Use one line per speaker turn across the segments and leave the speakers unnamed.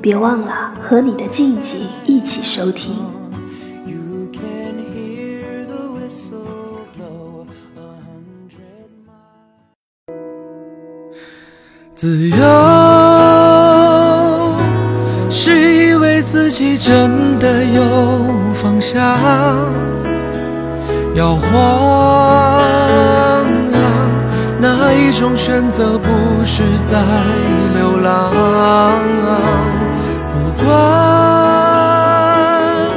别忘了和你的静静一起收听。
You can hear the whistle blow a hundred miles. 自由是以为自己真的有方向，摇晃啊，哪一种选择不是在流浪啊？不管，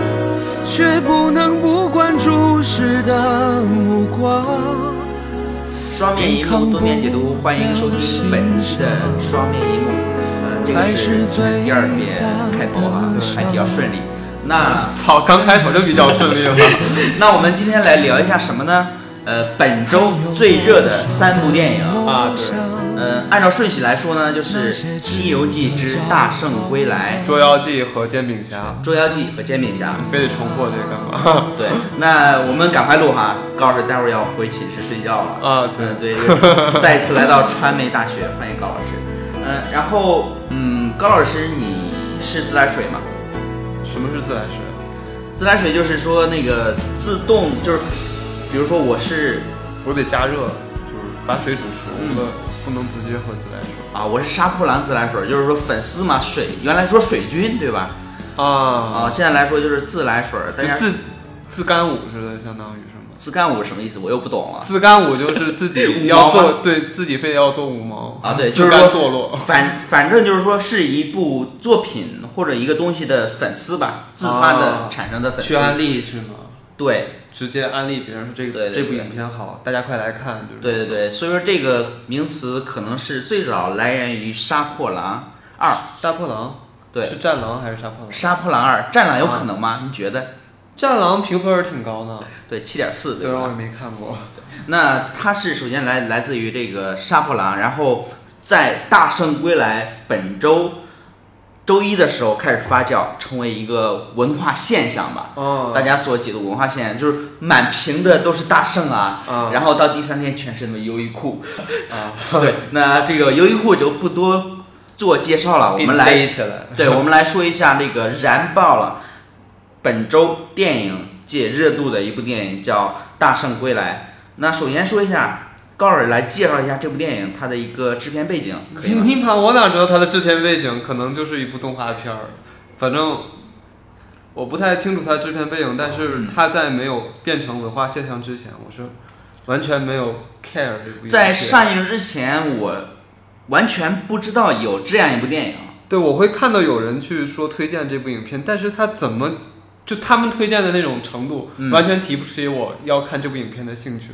却不能不管注视的目光。
双面一幕，多面解读，欢迎收听本期的双面一幕。呃，这个是第二遍开头啊，还比较顺利。那
操，刚开头就比较顺利了。
那我们今天来聊一下什么呢？呃，本周最热的三部电影。
啊对
呃，按照顺序来说呢，就是《西游记之大圣归来》、《
捉妖记和煎饼侠，
捉妖记》和《煎饼侠》。
非得重复这个干嘛？
对，那我们赶快录哈，告诉待会儿要回寝室睡觉了。
啊，
嗯，
对，
对， 就是再一次来到川美大学，欢迎高老师。嗯，然后嗯，高老师你是自来水吗？
什么是自来水？
自来水就是说那个自动，就是比如说我是
我得加热，就是把水煮熟了，不能直接喝自来水
啊，我是杀破狼自来水，就是说粉丝嘛，水原来说水军对吧？啊，
啊。
现在来说就是自来水，大
就
家
自自干五似的，相当于是吗？
自干五什么意思？我又不懂了。
自干 五就是自己
五毛
要
吗
做，对自己非得要做五毛
啊，对，就
自
是
甘
说
堕落。
反反正就是说是一部作品或者一个东西的粉丝吧，自发的
啊
产生的粉
去
丝。
安利是吗？
对，
直接安利别人说这
对
个
对
这部
对
影片好，大家快来看，就是
对对对，所以说这个名词可能是最早来源于《杀破狼二》。
杀破狼，
对，《
是战狼还是杀破狼？
杀破狼二》战狼有可能吗？你觉得？
战狼评分儿挺高呢，
对，七点四，
虽
对
然我也
吧？
没看过。
那它是首先来来自于这个《杀破狼》，然后在《大圣归来》本周周一的时候开始发酵，成为一个文化现象吧。
哦
大家所解读文化现象就是满屏的都是大圣啊，
啊
然后到第三天全是那么优衣库，
啊，
对，那这个优衣库就不多做介绍了，我
给你
们
背
来，
起来。
对，我们来说一下那个燃爆了本周电影界热度的一部电影叫《大圣归来》。那首先说一下，高尔来介绍一下这部电影它的一个制片背景，可以
你
吗？
你妈，我哪知道它的制片背景？可能就是一部动画片儿，反正我不太清楚它制片背景，但是它在没有变成文化现象之前，我是完全没有 care 这部影片。
在上映之前，我完全不知道有这样一部电影。
对，我会看到有人去说推荐这部影片，但是他怎么就他们推荐的那种程度，
嗯
完全提不起我要看这部影片的兴趣。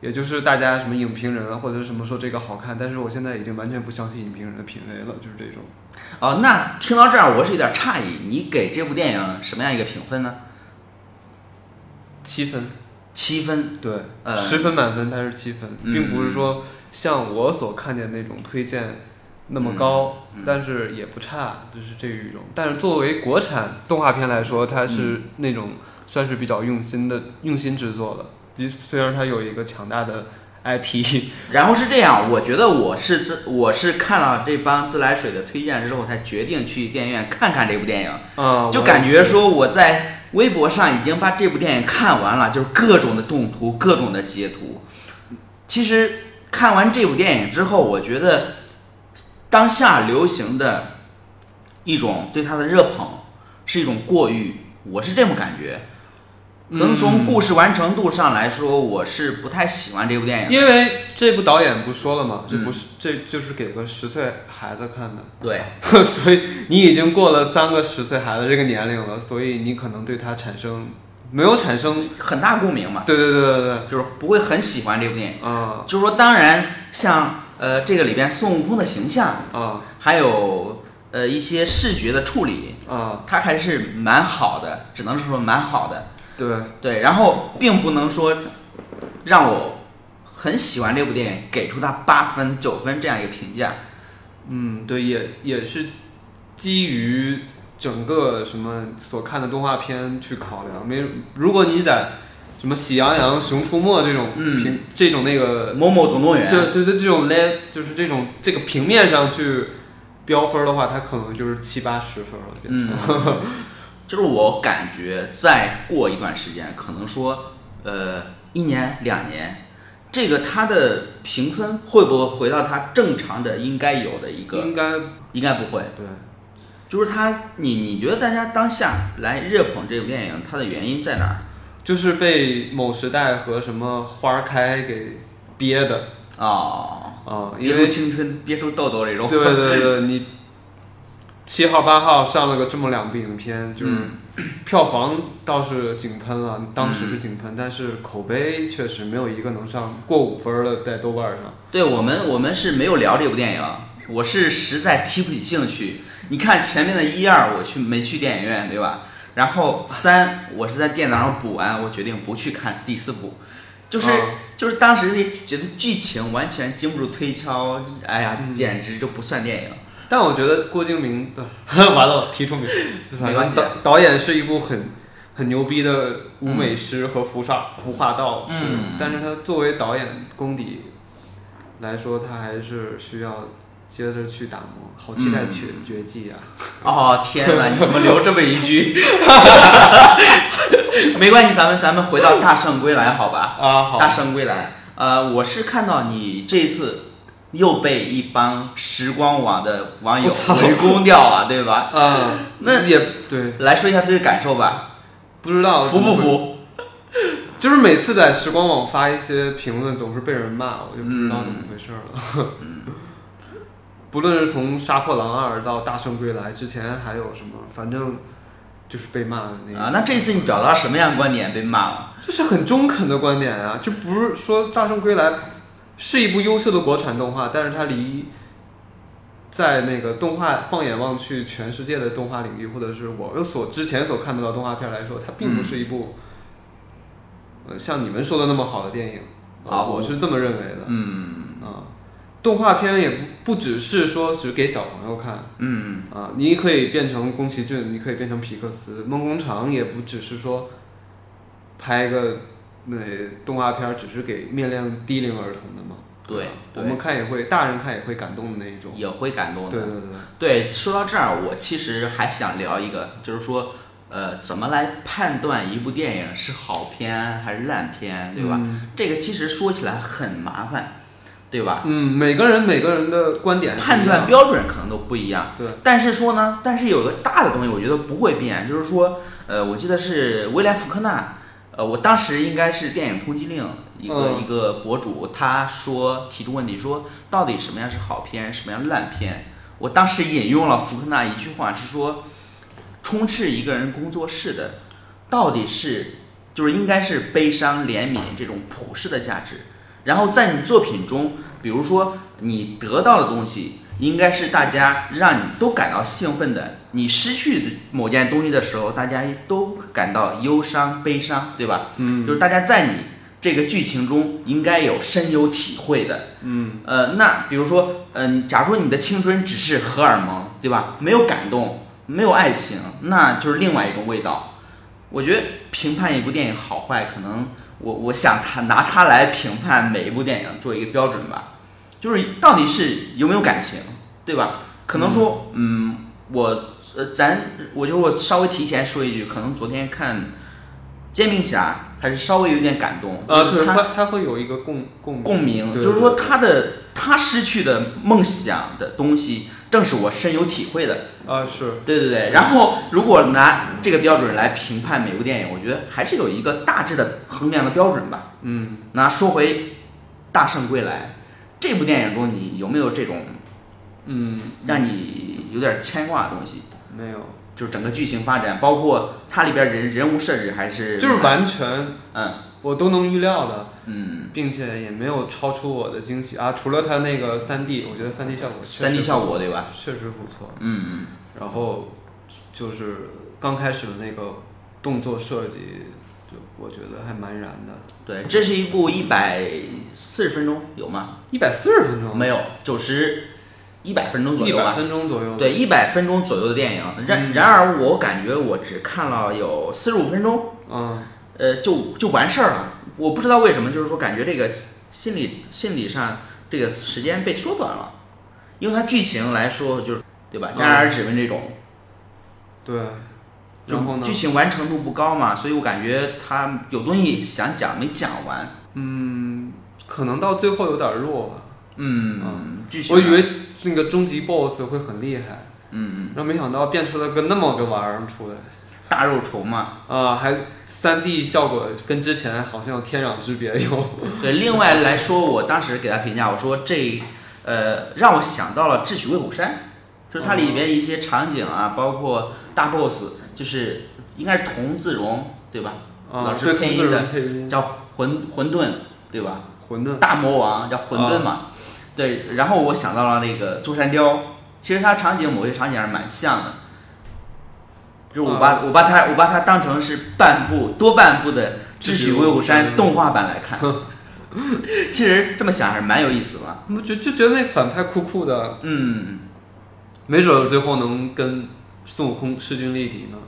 也就是大家什么影评人啊，或者是什么说这个好看，但是我现在已经完全不相信影评人的品味了，就是这种。
哦，那听到这儿，我是有点诧异，你给这部电影什么样一个评分呢？
七分，
七分，
对，
呃
十分满分它是七分，
嗯
并不是说像我所看见那种推荐那么高，
嗯
但是也不差，就是这一种。但是作为国产动画片来说，它是那种算是比较用心的、用心制作的。就虽然它有一个强大的 IP，
然后是这样，我觉得我是自我是看了这帮自来水的推荐之后，才决定去电影院看看这部电影，
啊，
就
我
感觉
也是
说我在微博上已经把这部电影看完了，就是各种的动图，各种的截图。其实看完这部电影之后，我觉得当下流行的一种对它的热捧是一种过誉，我是这么感觉。可能从故事完成度上来说，我是不太喜欢这部电影的。
因为这部导演不说了嘛，这
嗯
不是、这就是给个十岁孩子看的，
对，
所以你已经过了三个十岁孩子这个年龄了，所以你可能对他产生没有产生，
很大共鸣嘛。
对对对对对，
就是不会很喜欢这部电影。
啊
就是说，当然像呃这个里边孙悟空的形象，
啊
还有呃一些视觉的处理，
啊，
它还是蛮好的，只能说蛮好的。
对，
对，然后并不能说让我很喜欢这部电影，给出它八分、九分这样一个评价。
嗯，对，也也是基于整个什么所看的动画片去考量。没，如果你在什么《喜羊羊》《熊出没》这种
嗯
平、这种那个
某某总动员，
对对对，这种 le 就是这种这个平面上去标分儿的话，它可能就是七八十分儿了。变成
就是我感觉再过一段时间，可能说呃一年两年，这个它的评分会不会回到它正常的应该有的一个？
应该
应该不会。
对，
就是它，你你觉得大家当下来热捧这部电影，它的原因在哪儿
就是被某时代和什么花儿开给憋的
哦，
啊、
憋
因
出
为
青春，憋出痘痘这种。
对对对，你七号八号上了个这么两部影片，就是
嗯
票房倒是井喷了，当时是井喷，但是口碑确实没有一个能上过五分儿的，在豆瓣儿上。
对我们，我们是没有聊这部电影，我是实在提不起兴趣。你看前面的一二，我去没去电影院，对吧？然后三，我是在电脑上补完，我决定不去看第四部，就是、
啊
就是当时那觉得剧情完全经不住推敲，哎呀，
嗯
简直就不算电影。
但我觉得郭 敬明的完了，我提出名，
没
反
关
正
系啊
导导演是一部很很牛逼的舞美师和服化服化道士，
嗯
但是他作为导演功底来说，他还是需要接着去打磨。好期
嗯
待绝、绝技啊！
哦天哪！你怎么留这么一句？ 没关系，咱们咱们回到大圣归来，好吧？
啊好
大圣归来。呃，我是看到你这次又被一帮时光网的网友
我操
围攻掉啊，对吧？
啊，
那
也对，
来说一下自己的感受吧，
不知道
服不
怎么会？
服？
就是每次在时光网发一些评论，总是被人骂，我就不知道怎么回事了。 不论是从《杀破狼二》到《大圣归来》，之前还有什么，反正就是被骂的那个
啊，那这次你表达什么样的观点被骂了？
就是很中肯的观点啊，就不是说《大圣归来》是一部优秀的国产动画，但是它离在那个动画放眼望去，全世界的动画领域，或者是我所之前所看到的动画片来说，它并不是一部、呃像你们说的那么好的电影
嗯
呃
啊
我是这么认为的。
嗯
啊，动画片也不不只是说只给小朋友看，
嗯
啊，你可以变成宫崎骏，你可以变成皮克斯，梦工厂也不只是说拍一个那动画片，只是给面向低龄儿童的嘛。
对
吧
对
我们看也会，大人看也会感动的那一种。
也会感动的。
对对对，
对，说到这儿，我其实还想聊一个，就是说，呃，怎么来判断一部电影是好片还是烂片，对吧？这个其实说起来很麻烦，对吧？
嗯，每个人每个人的观点
判断
标，
标准可能都不一样。
对
但是说呢，但是有个大的东西，我觉得不会变，就是说，呃，我记得是威廉福克纳，呃，我当时应该是电影通缉令一个、
嗯
一个博主，他说提出问题说，到底什么样是好片，什么样是烂片？我当时引用了福克纳一句话，是说，充斥一个人工作室的，到底是就是应该是悲伤、怜悯这种普世的价值。然后在你作品中，比如说你得到的东西，应该是大家让你都感到兴奋的；你失去某件东西的时候，大家都感到忧伤、悲伤，对吧？嗯，就是大家在你这个剧情中应该有深有体会的。嗯，呃，那比如说，嗯、假如你的青春只是荷尔蒙，对吧？没有感动，没有爱情，那就是另外一种味道。我觉得评判一部电影好坏，可能我我想他拿它来评判每一部电影做一个标准吧，就是到底是有没有感情，对吧？可能说，嗯，我呃，咱我就我稍微提前说一句，可能昨天看《煎饼侠》还是稍微有点感动，
呃，
就是
对，
他
他他会有一个共共
共鸣，
对
就是说
对对
他的他失去的梦想的东西，正是我深有体会的。
啊是
对对对，然后如果拿这个标准来评判每部电影，我觉得还是有一个大致的衡量的标准吧。
嗯，
那说回《大圣归来》这部电影中，你有没有这种
嗯
让你有点牵挂的东西？
没有，
就是整个剧情发展，包括它里边人人物设置还是
就是完全
嗯
我都能预料的，
嗯，
并且也没有超出我的惊喜啊。除了它那个三 D，我觉得三 D 效果确实
三 D 效果对吧？
确实不错。
嗯
然后就是刚开始的那个动作设计，就我觉得还蛮燃的。
嗯，对，这是一部一百四十分钟有吗？
一百四十分钟，
没有，九十一百分钟左
一
右吧
百。分钟左右。
对，一百分钟左右的电影，然
嗯
然而我感觉我只看了有四十五分钟，
嗯，
呃，就就完事儿了。我不知道为什么，就是说感觉这个心理心理上这个时间被缩短了，因为它剧情来说就是对
嗯
吧？戛然而止的这种，
对。
就
然后呢
剧？情完成度不高嘛，所以我感觉它有东西想讲没讲完。
可能到最后有点弱了。
嗯，剧情
我以为那个终极 BOSS 会很厉害，
嗯嗯
然后没想到变出了个那么个玩意儿出来。
大肉虫嘛，
啊、还三 D 效果跟之前好像有天壤之别有。
对。另外来说，我当时给他评价，我说这呃让我想到了《智取威虎山》，就是它里边一些场景啊，包括大 boss，就是应该是童自荣对吧？
啊、
老师
对，
配
同
音
字
的
人配音
叫混混沌，对吧？
混沌
大魔王叫混沌嘛，对。然后我想到了那个座山雕，其实它场景某些场景还是蛮像的，就是我把、我把它我把它当成是半部多半部的《智取威虎山》动画版来看，其实这么想还是蛮有意思的嘛。
我觉就觉得那个反派酷酷的，
嗯，
没准儿最后能跟孙悟空势均力敌呢。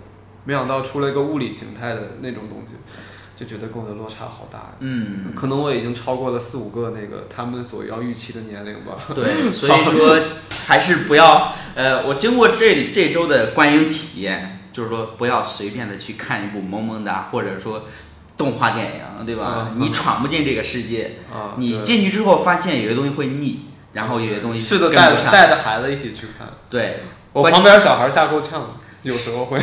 没想到出了一个物理形态的那种东西，就觉得跟我的落差好大呀。
嗯，
可能我已经超过了四五个那个他们所要预期的年龄吧。
对，所以说还是不要呃，我经过这这周的观影体验，就是说不要随便的去看一部萌萌哒或者说动画电影，对吧？
嗯
你闯不进这个世界，
啊，
你
对
进去之后发现有些东西会腻，然后有些东西
是的，
跟
带
不
着
上。
带着孩子一起去看，
对，
我
关
旁边小孩吓够呛，有时 候会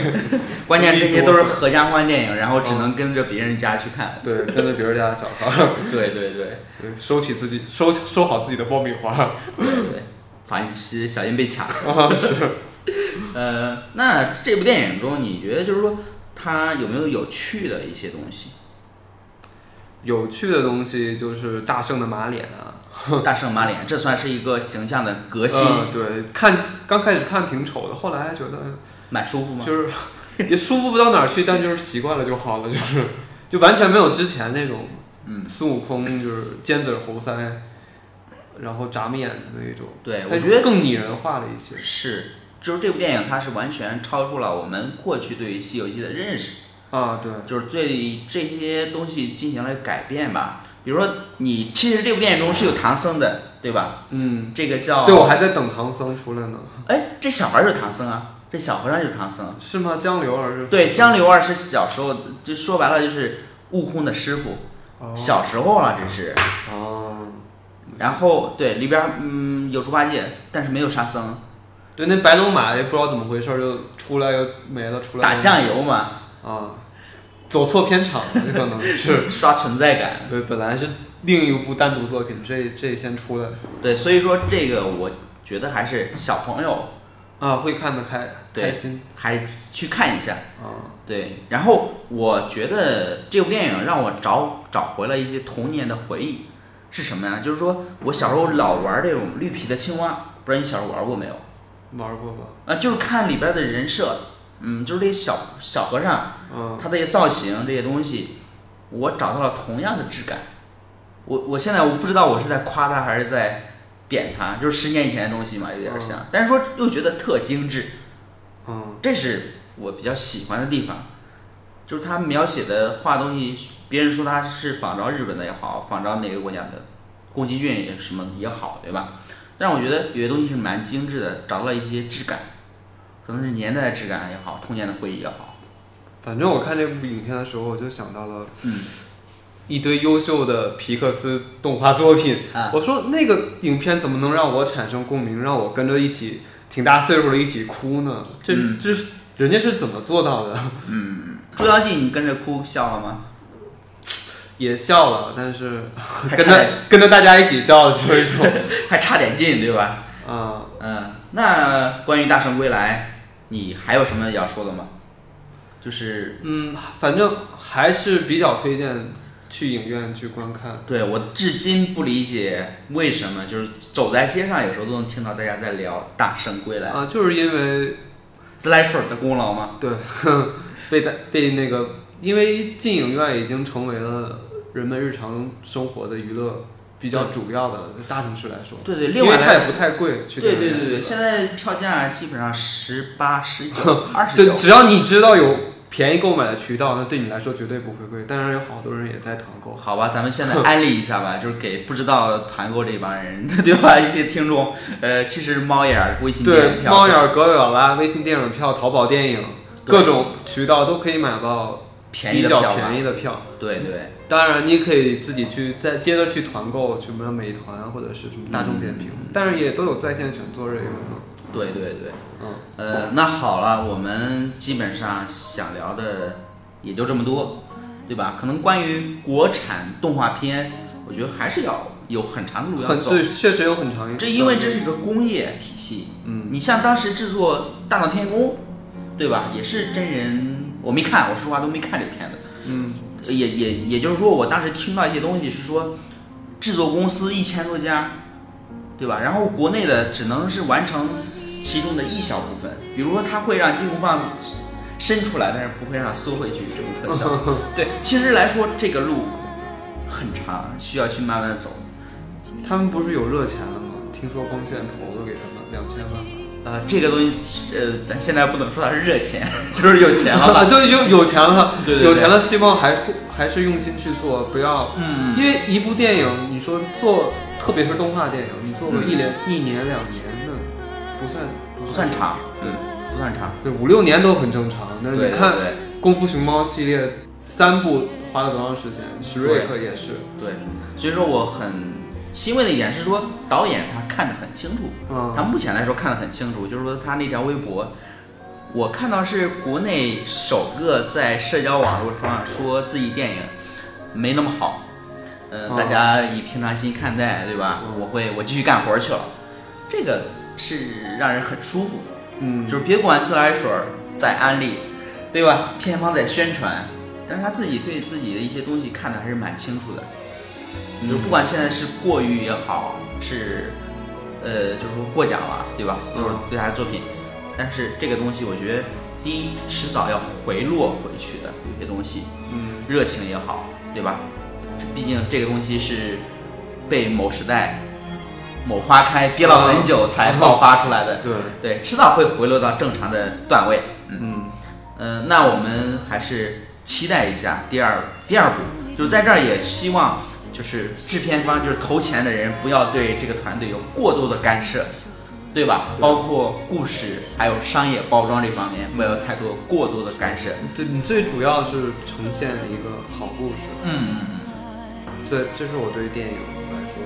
关键这些
一啊
都
桌
是合家欢电影，然后只能跟着别人家去看。
对跟着别人家的小孩儿，
对对对
对收起自己收收好自己的爆米花儿
对对，反是小心被抢。
啊，是
呃，那这部电影中，你觉得就是说它有没有有趣的一些东 西？
有趣的东西就是大圣的马脸啊，
大圣马脸，这算是一个形象的革新，
嗯，对，看刚开始看挺丑的，后来还觉得
蛮舒服吗？
就是 也舒服不到哪儿去，但就是习惯了就好了，就是就完全没有之前那种
嗯，
孙悟空就是尖嘴猴腮，然后眨眼的那种，
对，
它
我觉得
更拟人化了一些。
是，就是这部电影它是完全超出了我们过去对于《西游记》的认识，
啊，对，
就是对这些东西进行了改变吧。比如说你，其实这部电影中是有唐僧的，对吧？
嗯，
这个叫
对我还在等唐僧出来 呢，
哎，这小孩儿就是唐僧啊，这小和尚就是唐僧。啊
是吗？江流儿是？
对，江流儿是小时候，就说白了就是悟空的师傅，
哦
小时候了只是。
哦，
然后对里边儿嗯有猪八戒，但是没有沙僧。
对，那白龙马也不知道怎么回事儿，就出来又没了，出来
打
又
酱油嘛，
啊，走错片场了，可 能是。
刷存在感。
对，本来是另一部单独作品，这这先出来
对，所以说这个我觉得还是小朋友
啊，会看得开，
对
开心
还去看一下。
啊，
对，然后我觉得这部电影让我找找回了一些童年的回忆，是什么呀？就是说我小时候老玩这种绿皮的青蛙，不知道你小时候玩过没有？
玩过吧？
啊，就是看里边的人设，嗯，就是这些小小和尚，
嗯，
他的一些造型这些东西，我找到了同样的质感。我我现在我不知道我是在夸他还是在贬他，就是十年以前的东西嘛，有点像，但是说又觉得特精致，
嗯，
这是我比较喜欢的地方，就是他描写的画东西，别人说他是仿照日本的也好，仿照哪个国家的宫崎骏也什么也好，对吧？但是我觉得有些东西是蛮精致的，找到了一些质感，可能是年代的质感也好，童年的回忆也好。
反正我看这部影片的时候，我就想到了
嗯
一堆优秀的皮克斯动画作品。
啊，
我说那个影片怎么能让我产生共鸣，让我跟着一起挺大岁数的一起哭呢？这、
嗯
这是人家是怎么做到的？
《捉妖记》你跟着哭笑了吗？
也笑了，但是
还
跟
差
着
点
跟着大家一起笑就是一种
还差点劲，对吧？
啊。
嗯，那关于《大圣归来》，你还有什么要说的吗？就是
嗯，反正还是比较推荐去影院去观看。
对我至今不理解为什么，就是走在街上有时候都能听到大家在聊《大圣归来》
啊，就是因为
自来水的功劳吗？
对， 被大被那个，因为进影院已经成为了人们日常生活的娱乐比较主要的了，对大城市来说。
对对，
因
另
为
外
它
还
也
是
不太贵，去
对
电
对
影院
对对，现在票价基本上十八、十 九、二十
对，
九，
只要你知道有便宜购买的渠道，那对你来说绝对不会贵。当然有好多人也在团购，
好吧，咱们现在安利一下吧，就是给不知道团购这帮人， 对吧？一些听众，呃，其实猫眼儿微信
对
电，票，
猫眼儿、格表啦、微信电影票、淘宝电影，
对
各种渠道都可以买到
便宜
比
的
较
票吧
便宜的票。
对对，
当然，你也可以自己去再接着去团购什么美团或者是什么大众点评，
嗯
但是也都有在线选座这一功能。
对对对，
嗯，
呃，那好了，我们基本上想聊的也就这么多，对吧？可能关于国产动画片，我觉得还是要有很长的路要
很
走。
对，确实有很长一段。
这因为这是一个工业体系，
嗯
你像当时制作《大闹天宫》，对吧？也是真人，我没看，我说实话都没看这片子。
嗯
呃也也也就是说，我当时听到一些东西是说，制作公司一千多家，对吧？然后国内的只能是完成其中的一小部分，比如说它会让金箍棒伸出来，但是不会让缩回去这种特 效。对，其实来说这个路很长，需要去慢慢的走。
他们不是有热钱了吗？听说光线投了给他们两千万吧。
呃，这个东西，呃，咱现在不能说它是热钱， 就是有钱了
啊，
吧？
对，有有钱了，
对对对
有钱了，希望还会还是用心去做，不要，
嗯
因为一部电影，你说做，特别是动画电影，你做个一年、
嗯
一年两年的，那不算
不
不
算，长，对，不算长。
对，五六年都很正常。那
对
你看《
对
功夫熊猫》系列三部花了多长时间？徐瑞克也是，
对，所以说我很欣慰的一点是说，导演他看得很清楚，
嗯
他目前来说看得很清楚，就是说他那条微博，我看到是国内首个在社交网络上说自己电影没那么好，呃，
哦
大家以平常心看待，对吧？
嗯
我会我继续干活儿去了，这个是让人很舒服的，
嗯，
就是别管自来水儿在安利，对吧？片方在宣传，但是他自己对自己的一些东西看的还是蛮清楚的。你就不管现在是过誉也好，是呃，就是说过奖了，对吧？
嗯
就是对他的作品，但是这个东西我觉得，第一迟早要回落回去的，有些东西，
嗯，
热情也好，对吧？毕竟这个东西是被某时代、某花开憋了很久才爆发出来的，
对，
对，迟早会回落到正常的段位。嗯
嗯，
嗯、呃那我们还是期待一下第二第二部，就是在这儿也希望就是制片方就是投钱的人不要对这个团队有过多的干涉，对吧？包括故事还有商业包装这方面不要有太多过多的干涉。
对你最主要是呈现一个好故事，
嗯，
这这是我对电影来说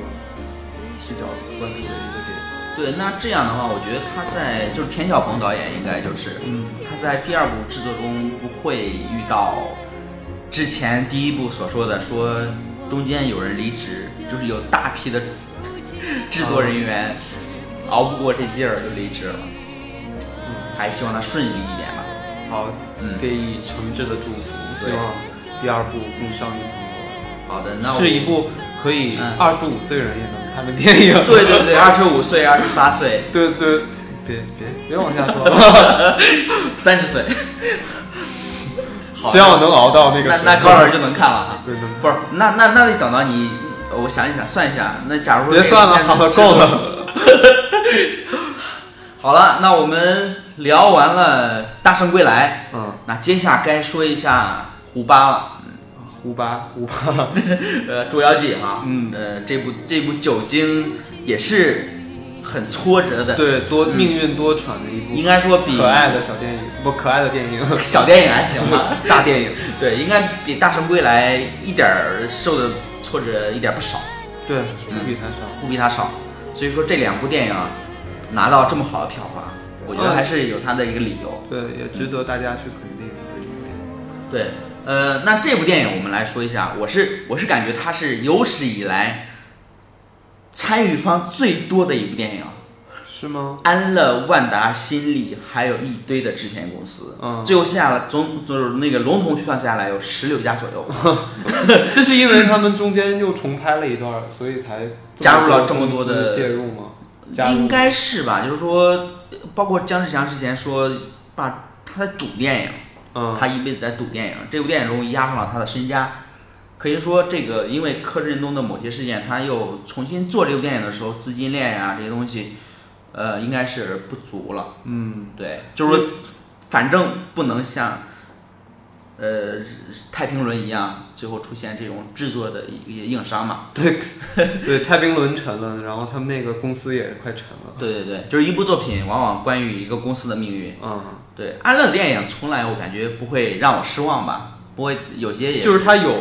比较关注的一个点。
对，那这样的话，我觉得他在就是田晓鹏导演应该就是，
嗯，
他在第二部制作中不会遇到之前第一部所说的说中间有人离职，就是有大批的制作人员
哦
熬不过这劲儿就离职了，
嗯
还希望他顺利一点吧。
好
嗯，
给予诚挚的祝福，希
对
望第二部更上一层楼，
好的，那我
是一部可以
嗯
二十五岁人也能看的电影。
对对对，二十五岁、二十八岁、
对对， 别别别往下说 了，
三十岁， 好
希望我能熬到那个
那
时候
那高老师就能看了啊。
对能
不是，那那那得等到你，我想一想，算一下。那假如说
别
这个
算了，
片子
好了，
制
够
作
了。
好了，那我们聊完了《大圣归来》，
嗯，
那接下该说一下胡巴了，
胡巴胡巴，
呃，《捉妖记》啊，
嗯
呃，这部这部久经也是很挫折的，，
对，多命运多舛的一部
应该说比
可爱的小电影，不可爱的电 影，
小电影还行吧，
大电影。
对，应该比《大圣归来》一点儿受的挫折一点儿不少，
对，不比他少。
不比它少，所以说这两部电影拿到这么好的票房，我觉得
嗯
还是有它的一个理由。
对，
嗯
也值得大家去肯定的一部电影。
对，呃，那这部电影我们来说一下，我是我是感觉它是有史以来参与方最多的一部电影，
是吗？
安了万达、新力，还有一堆的制片公司，
嗯
最后下来总就是那个笼统算下来有十六家左右，
这是因为他们中间又重拍了一段儿，所以才
加入了这么多的
公司介入吗？ 加入
应该是吧？就是说，包括姜志强之前说，把他在赌电影，
嗯
他一辈子在赌电影，这部电影中压上了他的身家。可以说，这个因为柯震东的某些事件，他又重新做这部电影的时候，资金链呀、这些东西，呃，应该是不足了。
嗯
对，就是说，反正不能像，呃，太平轮一样，最后出现这种制作的硬硬伤嘛。
对对，太平轮沉了，然后他们那个公司也快沉了。
对对对，就是一部作品往往关于一个公司的命运。
嗯，
对，安乐电影从来我感觉不会让我失望吧，不会有些也
就是是他有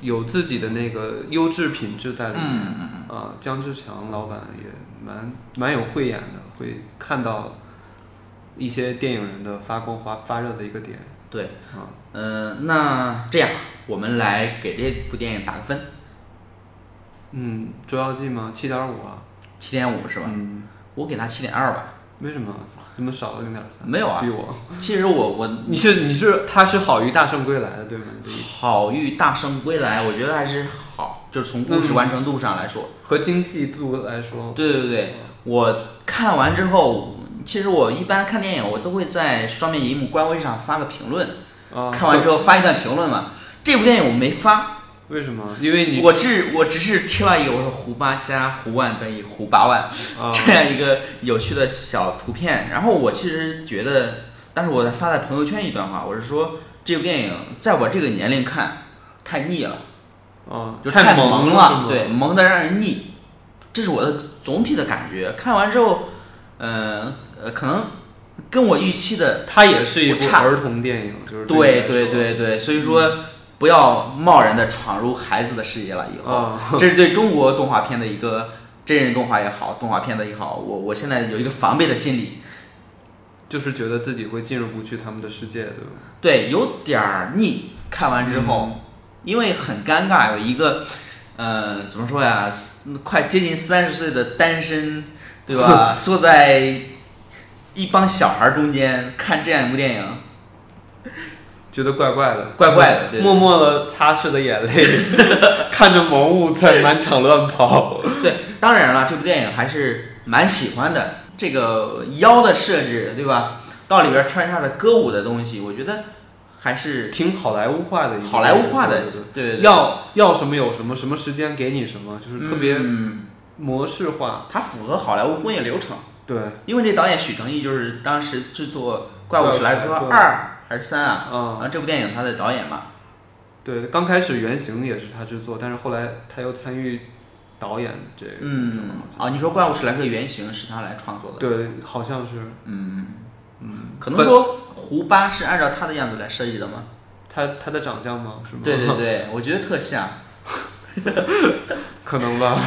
有自己的那个优质品质在里面。
嗯嗯嗯，
啊，姜志强老板也蛮蛮有慧眼的，会看到一些电影人的发光发发热的一个点
对，
啊。
嗯、那这样我们来给这部电影打个分，
嗯，《捉妖记》吗？七点五啊。
七点五是吧？
嗯，
我给他七点二吧。
为什么？怎么少了零点三？
没有啊
比我。
其实我我
你是你是他是好于大圣归来的对吗？你的意思
好遇大圣归来，我觉得还是好，就是从故事
嗯哦
完成度上来说。
和精细度来说，
对对对，我看完之后，其实我一般看电影，我都会在双面银幕官微上发个评论，
啊，
看完之后发一段评论嘛。这部电影我没发，
为什么？因为你
我只我只是贴了一个我说胡八加胡万等于胡八万
啊
这样一个有趣的小图片。然后我其实觉得，但是我在发在朋友圈一段话，我是说这部电影在我这个年龄看太腻了。
啊
就
太
萌
了，
对，，萌的让人腻，这是我的总体的感觉。看完之后，嗯呃，可能跟我预期的，
它也是一部
不差
儿童电影，就是
对
对
对对对，所以说不要贸然的闯入孩子的世界了。以后，
啊，
这是对中国动画片的一个真人动画也好，动画片的也好，我我现在有一个防备的心理，
就是觉得自己会进入不去他们的世界，对吧？
对，有点儿腻。看完之后，
嗯
因为很尴尬，有一个，呃，怎么说呀，嗯快接近三十岁的单身，对吧？ 坐在一帮小孩儿中间看这样一部电影，
觉得怪怪的，
怪怪的对
嗯默默的擦拭的眼泪， 看着萌物在满场乱跑。
对，当然了，这部电影还是蛮喜欢的。这个腰的设置，对吧？到里边儿穿插的歌舞的东西，我觉得还是
挺好莱坞化的一个，
好莱坞化的
对嗯对，
对对
对
对，
要要什么有什么，什么时间给你什么，就是特别
嗯，
模式化。
它符合好莱坞工业流程。
对，
因为这导演许成义就是当时制作《怪物史莱克
怪物史莱克
二》还是三啊，然
啊、
后这部电影他的导演嘛，
对，刚开始原型也是他制作，但是后来他又参与导演这个，
嗯，
这个
啊，你说《怪物史莱克》原型是他来创作的，
对，好像是
嗯嗯，可能
本
说胡巴是按照他的样子来设计的 吗？
他他的长相吗？是吗？
对对，对，我觉得特像，
可能 吧，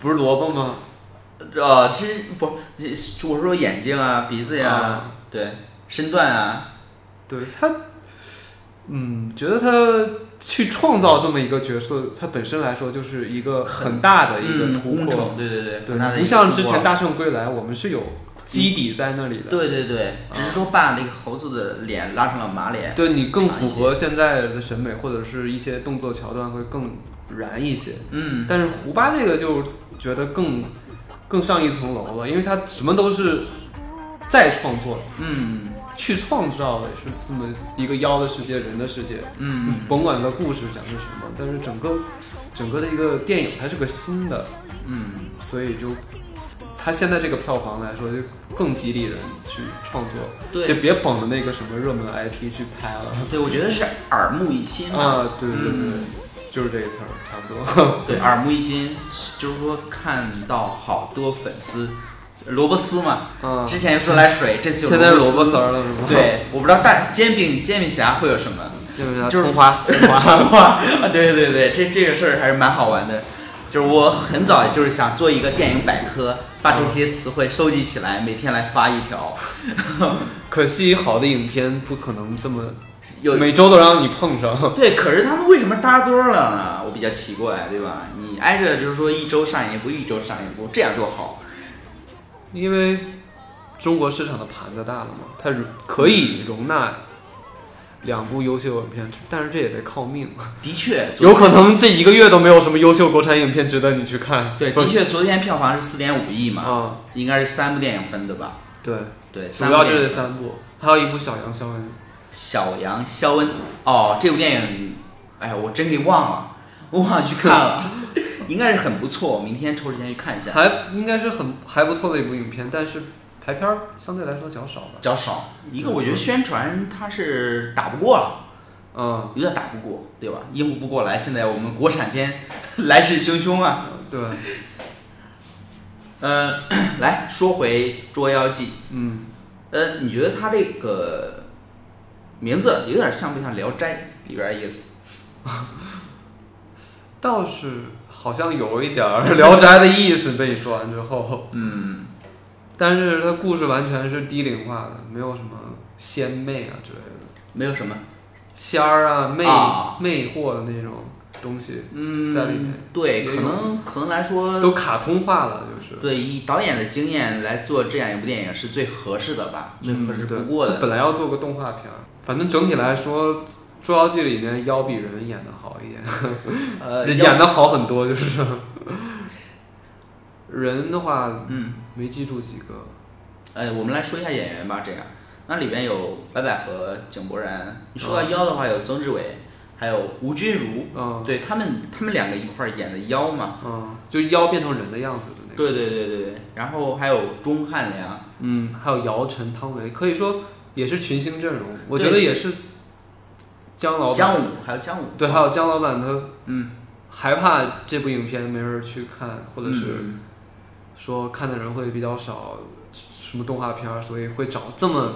不是萝卜吗？
呃，其实不，这我说眼睛啊、鼻子呀、
啊
对，身段啊，
对他，嗯，觉得他去创造这么一个角色，他本身来说就是一个很大的一个
嗯，
突
工
破，
程，对对对，很大的
对，
一
不
个
像
突
之
破嗯
前《大圣归来》，我们是有基底在那里的，啊
对对对，只是说把那个猴子的脸拉成了马脸，
对你更
长一
符合现在的审美，或者是一些动作桥段会更燃一些。
嗯，
但是胡巴这个就觉得更更上一层楼了，因为他什么都是再创作，
嗯
去创造的是这么一个妖的世界、人的世界，
嗯。
甭管它的故事讲的是什么，但是整个整个的一个电影它是个新的，
嗯，
所以就它现在这个票房来说就更激励人去创作，
对嗯
就别捧着那个什么热门 IP 去拍了。
对，我觉得是耳目一新嘛。
啊，对对对，
嗯
就是这个词儿，差不多。
对，耳目一新，就是说看到好多粉丝，萝卜丝嘛，
啊，
之前有自来水，这次有
现在萝卜
丝
丝。儿了是吗？，
对，我不知道大煎饼煎饼侠会有什么
就是
就是
葱花，葱 花。
传话。啊对对对，这这个事儿还是蛮好玩的。就是我很早就是想做一个电影百科，把这些词汇收集起来，每天来发一条。
可惜好的影片不可能这么
有
每周都让你碰上。
对，可是他们为什么扎堆儿了呢？我比较奇怪，对吧？你挨着就是说一周上一部，一周上一部，这样多好。
因为中国市场的盘子大了嘛，它可以容纳两部优秀影片，但是这也得 靠命。
的确，昨
有可能这一个月都没有什么优秀国产影片值得你去看。
对，
不
的
是
确，昨天票房是四点五亿嘛，
啊，
应该是三部电影分的吧？
对，
对，
主
三部
要就
电影
是这
分。
三部，还有一部《小羊肖恩
小羊肖恩哦，这部电影，哎呀，我真给忘了，我忘了去看 了，应该是很不错，我明天抽时间去看一》，下。
还应该是很还不错的一部影片，但是排片儿相对来说较少吧。
较少，一个我觉得宣传它是打不过了，
嗯，
有点打不过，对吧？应付不过来，现在我们国产片 来势汹汹啊。
嗯对，
呃， 来说回《捉妖记》，
嗯，
呃，你觉得它这个名字有点像不像《聊斋》里边儿一个
倒是好像有一点儿《 聊斋》的意思被你说完之后，
嗯，
但是它故事完全是低龄化的，没有什么仙妹啊之类的，
没有什么，
仙儿啊、魅
啊
魅惑的那种东西，
嗯，
在里面
对，
也
可
有
能可能来说
都卡通化了，就是。
对，以导演的经验来做这样一部电影是最合适的吧，最合适
嗯对
不过
它
的。
本来要做个动画片儿，反正整体来说，《捉妖记》里面妖比人演的好一点，
呃，
人
要
演的好很多，就是。人的话
嗯，
没记住几个，
呃，我们来说一下演员吧，这样。那里边有白百合、井柏然，你说到妖的话，有曾志伟，还有吴君如，
嗯
对他们，他们两个一块儿演的妖嘛。
嗯，就妖变成人的样子的那个。
对对对对对，然后还有钟汉良，
嗯，还有姚晨、汤唯，可以说也是群星阵容，我觉
对
得也是姜老板。
姜武，还有姜武，
对，还有姜老板他
嗯，
害怕这部影片没人去看，或者是、
嗯
说看的人会比较少，什么动画片儿，所以会找这么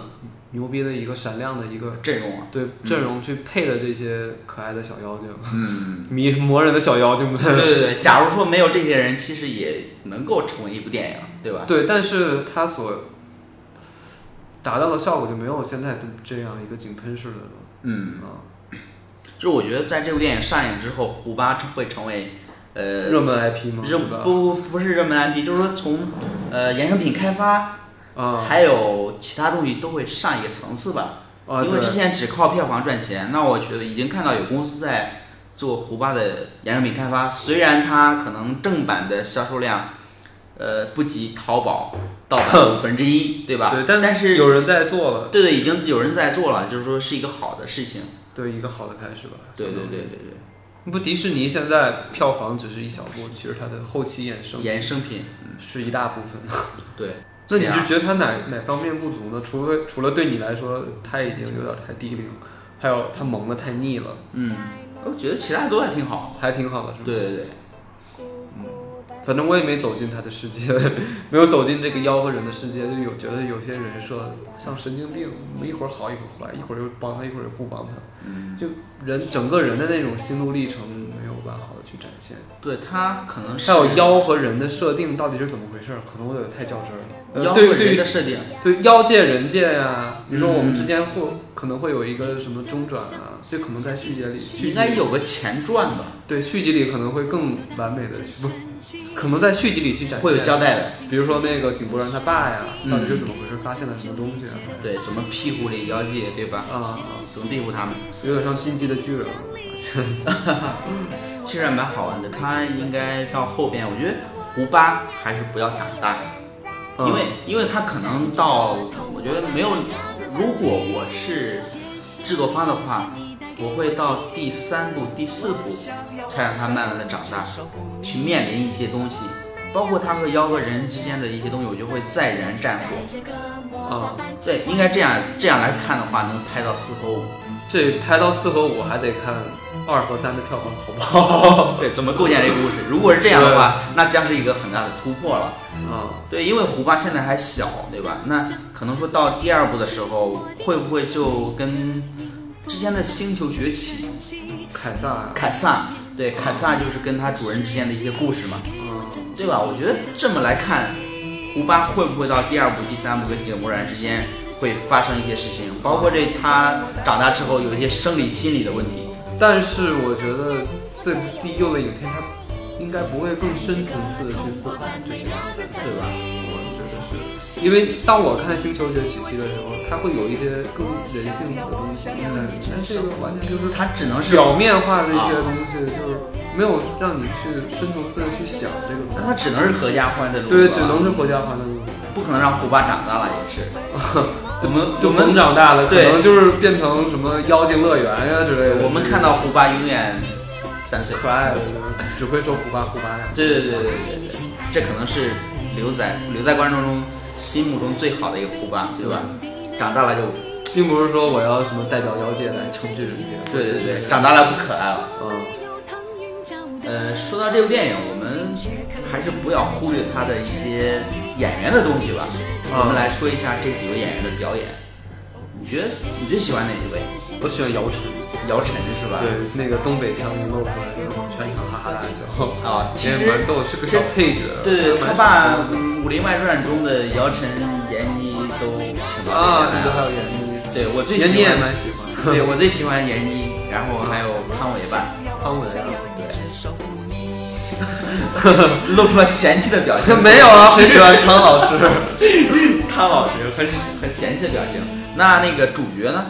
牛逼的一个闪亮的一个
阵容啊，
对阵容去配的这些可爱的小妖精，
嗯，
迷魔人的小妖精
对
们。
对对，假如说没有这些人，其实也能够成为一部电影，对吧？
对，但是它所达到的效果就没有现在这样一个井喷式的了
嗯。
啊，
就是我觉得在这部电影上映之后，胡巴会成为呃
热门 IP 吗？
热
嗯是吧？
不不不是热门 IP，就是说从呃衍生品开发，
啊
还有其他东西都会上一个层次吧。
啊，
因为
对
之前只靠票房赚钱，那我觉得已经看到有公司在做胡巴的衍生品开发，虽然它可能正版的销售量呃不及淘宝盗版的五分之一，对吧？
对，
但
但
是
有人在做了，
对对，已经有人在做了，就是说是一个好的事情。
对一个好的开始吧。
对对
相当于
对对对，
不，迪士尼现在票房只是一小步，其实它的后期衍生
衍生品，
是一大部分。
啊对。
那你
这样
是觉得它哪哪方面不足呢？除了除了对你来说，它已经有点太低龄，还有它萌的太腻了，
嗯，我觉得其他都还挺好。
还挺好的是吗？
对，对对，
反正我也没走进它的世界， 没有走进这个妖和人的世界，就有觉得有些人设像神经病，一会儿好一会儿坏，一会儿又帮他，一会儿又不帮他，
嗯，
就人整个人的那种心路历程没有办法好的去展现。
对他可能是
还有妖和人的设定到底是怎么回事儿？可能我有点太较真儿了。
妖
呃，对
怪
于对
人
于
的设定，
对妖界人界呀、比如说我们
嗯
之间会可能会有一个什么中转啊，这可能在续集里，续
应
集
该
里
有个前传吧，
对续集里可能会更完美的去不，可能在续集里去展现。
会有交代的。
比如说那个井柏然他爸呀，
嗯
到底是怎么回事？发现了什么东西啊？
对，什么屁股里妖界，对吧？
啊，
怎么对付他们？
有点像进击的巨人。
其实还蛮好玩的。他应该到后边，我觉得胡巴还是不要胆大，
啊嗯
因为因为他可能到，我觉得没有，如果我是制作方的话，我会到第三部、第四部才让他慢慢的长大，去面临一些东西，包括他和妖和人之间的一些东西，我就会再燃战火。
啊，
对，应该这样这样来看的话，能拍到四和五。
这拍到四和五还得看二和三的票房好不好？
对，怎么构建这个故事？如果是这样的话，那将是一个很大的突破了。
啊。
对，因为胡巴现在还小，对吧？那可能说到第二部的时候，会不会就跟之前的《星球崛起》
凯撒呀，
凯撒，对，凯撒就是跟他主人之间的一些故事嘛，
嗯，
对吧？我觉得这么来看，胡巴会不会到第二部、第三部跟井柏然之间会发生一些事情，包括这他长大之后有一些生理、心理的问题。
但是我觉得这部第六的影片，它应该不会更深层次的去思考这些问题，
对吧
我觉得是式，因为当我看《星球崛起》的时候，它会有一些更人性的东西在里面，但这个完全就是
它只能是，
表面化的一
啊
些东西，就是没有让你去深层次的去想这个
那
东
它
西。
只能是合家欢的路，
对，只能是国家欢的路。
不可能让胡巴长大了， 也是。我们
就
我
我们
们
长大了，可
对
能就是变成什么妖精乐园呀、之类的。
我们看到胡巴永远三岁，
可爱的，只会说胡巴胡巴呀。
对对对对对对，这可能是刘仔留在观众中心目中最好的一个胡巴，对吧？
嗯
长大了就
并不是说我要什么代表妖界来惩治人界。
对对对，长大了不可爱了。
嗯，
呃，说到这部电影，我们还是不要忽略它的一些演员的东西吧。
嗯
我们来说一下这几位演员的表演。你觉得你最喜欢哪一位？
我喜欢姚晨，
姚晨是吧？
对，那个东北腔一露出来，然后全场哈哈大笑。
啊，其
也
实
蛮逗，是个小配角。
对他
蛮
把《武林外传》中的姚晨、闫妮都请到
啊，
这边
对
来
对，还
了
有闫妮，
对我最喜欢
闫妮也蛮喜欢。
对我最喜欢闫妮，然后还有潘玮柏，
汤唯啊，。
露出了嫌弃的表情
没有啊，很喜欢汤老师。
汤老师很很嫌弃的表情。那那个主角呢？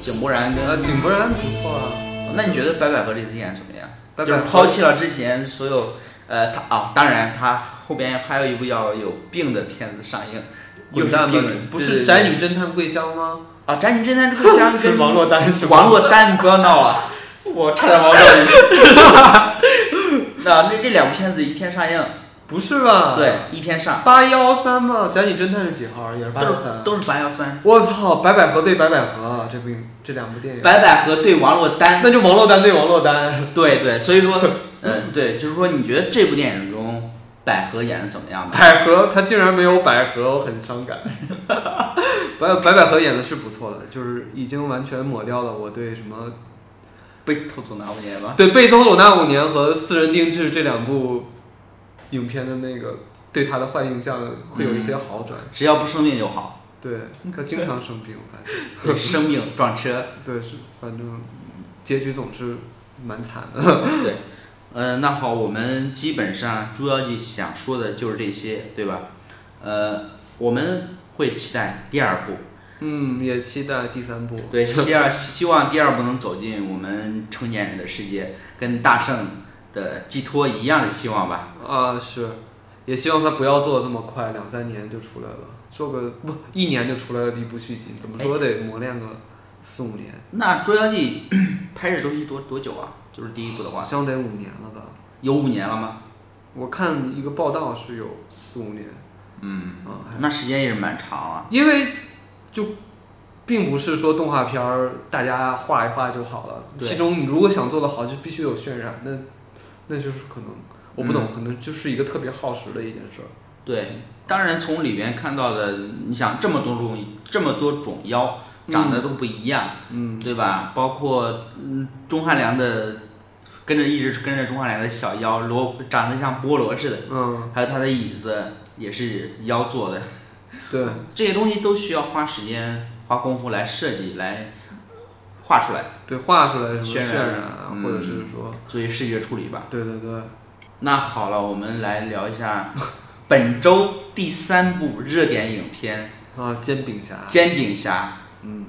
井柏然
呃，
跟
井柏然不错啊，
那你觉得白百合这次演怎么样？
白百
就
合
是抛弃了之前所有，呃，他啊、当然他后边还有一部叫《有病的片子》上映，又
滚
是
蛋吧
病人，，
不
对
是
对
宅
对
女侦探桂香吗？
啊，宅女侦探桂 香跟
珞丹
王珞丹，你不要闹了， 我差点忘掉你。 那那这两部片子一天上映，
不是吧？
对，，一天上，
八幺三嘛，宅女侦探是几号？也是八
都
幺
是
三。
都是八幺三，
我操，白百合对白百合啊，这部影这两部电影，
白百合对王珞丹，
那就王珞丹对王珞丹，
对对，所以说，呃，对，就是说，你觉得这部电影中百合演的怎么样呢？
百合她竟然没有百合，我很伤感。 白白百合演的是不错的，就是已经完全抹掉了我对什么
被偷走哪五年吧？
对《被偷走那五年》和《私人定制》这两部影片的那个对她的坏印象会有一些好转。
只要不生病就 好。
对她经常生病，我发现。
对生病撞车，
对，是反正结局总是蛮惨的。
对，呃，那好，我们基本上《捉妖记》想说的就是这些，对吧？呃，我们会期待第二部，
嗯，也期待第三部。
对，希望希望第二部能走进我们成年人的世界，跟大圣的寄托一样的希望吧。
啊，是，也希望他不要做的这么快，两三年就出来了，做个不一年就出来了第一部续集，怎么说得磨练个四五年，
那《捉妖记》 拍摄周期多多久啊？就是第一部的
好
话，
像得五年了吧？
有五年了吗？
我看一个报道是有四五年
嗯，
啊，还
那时间也是蛮长啊。
因为就并不是说动画片儿大家画一画就好了，
对
其中你如果想做的好，就必须有渲染，那那就是可能我不懂，
嗯
可能就是一个特别耗时的一件事儿。
对，当然从里边看到的，你想这么多种这么多种妖，长得都不一样，
嗯，
对吧？包括嗯钟汉良的，跟着一直跟着钟汉良的小妖罗，长得像菠萝似的，
嗯，
还有他的椅子也是妖做的，
对，
这些东西都需要花时间、花功夫来设计、来画出来，
对，画出来什么
渲
渲
染
染啊，
嗯
或者是说，
作为视觉处理吧。
对对对，
那好了，我们来聊一下 本周第三部热点影片
啊，煎饼侠
《，煎饼侠》。
嗯，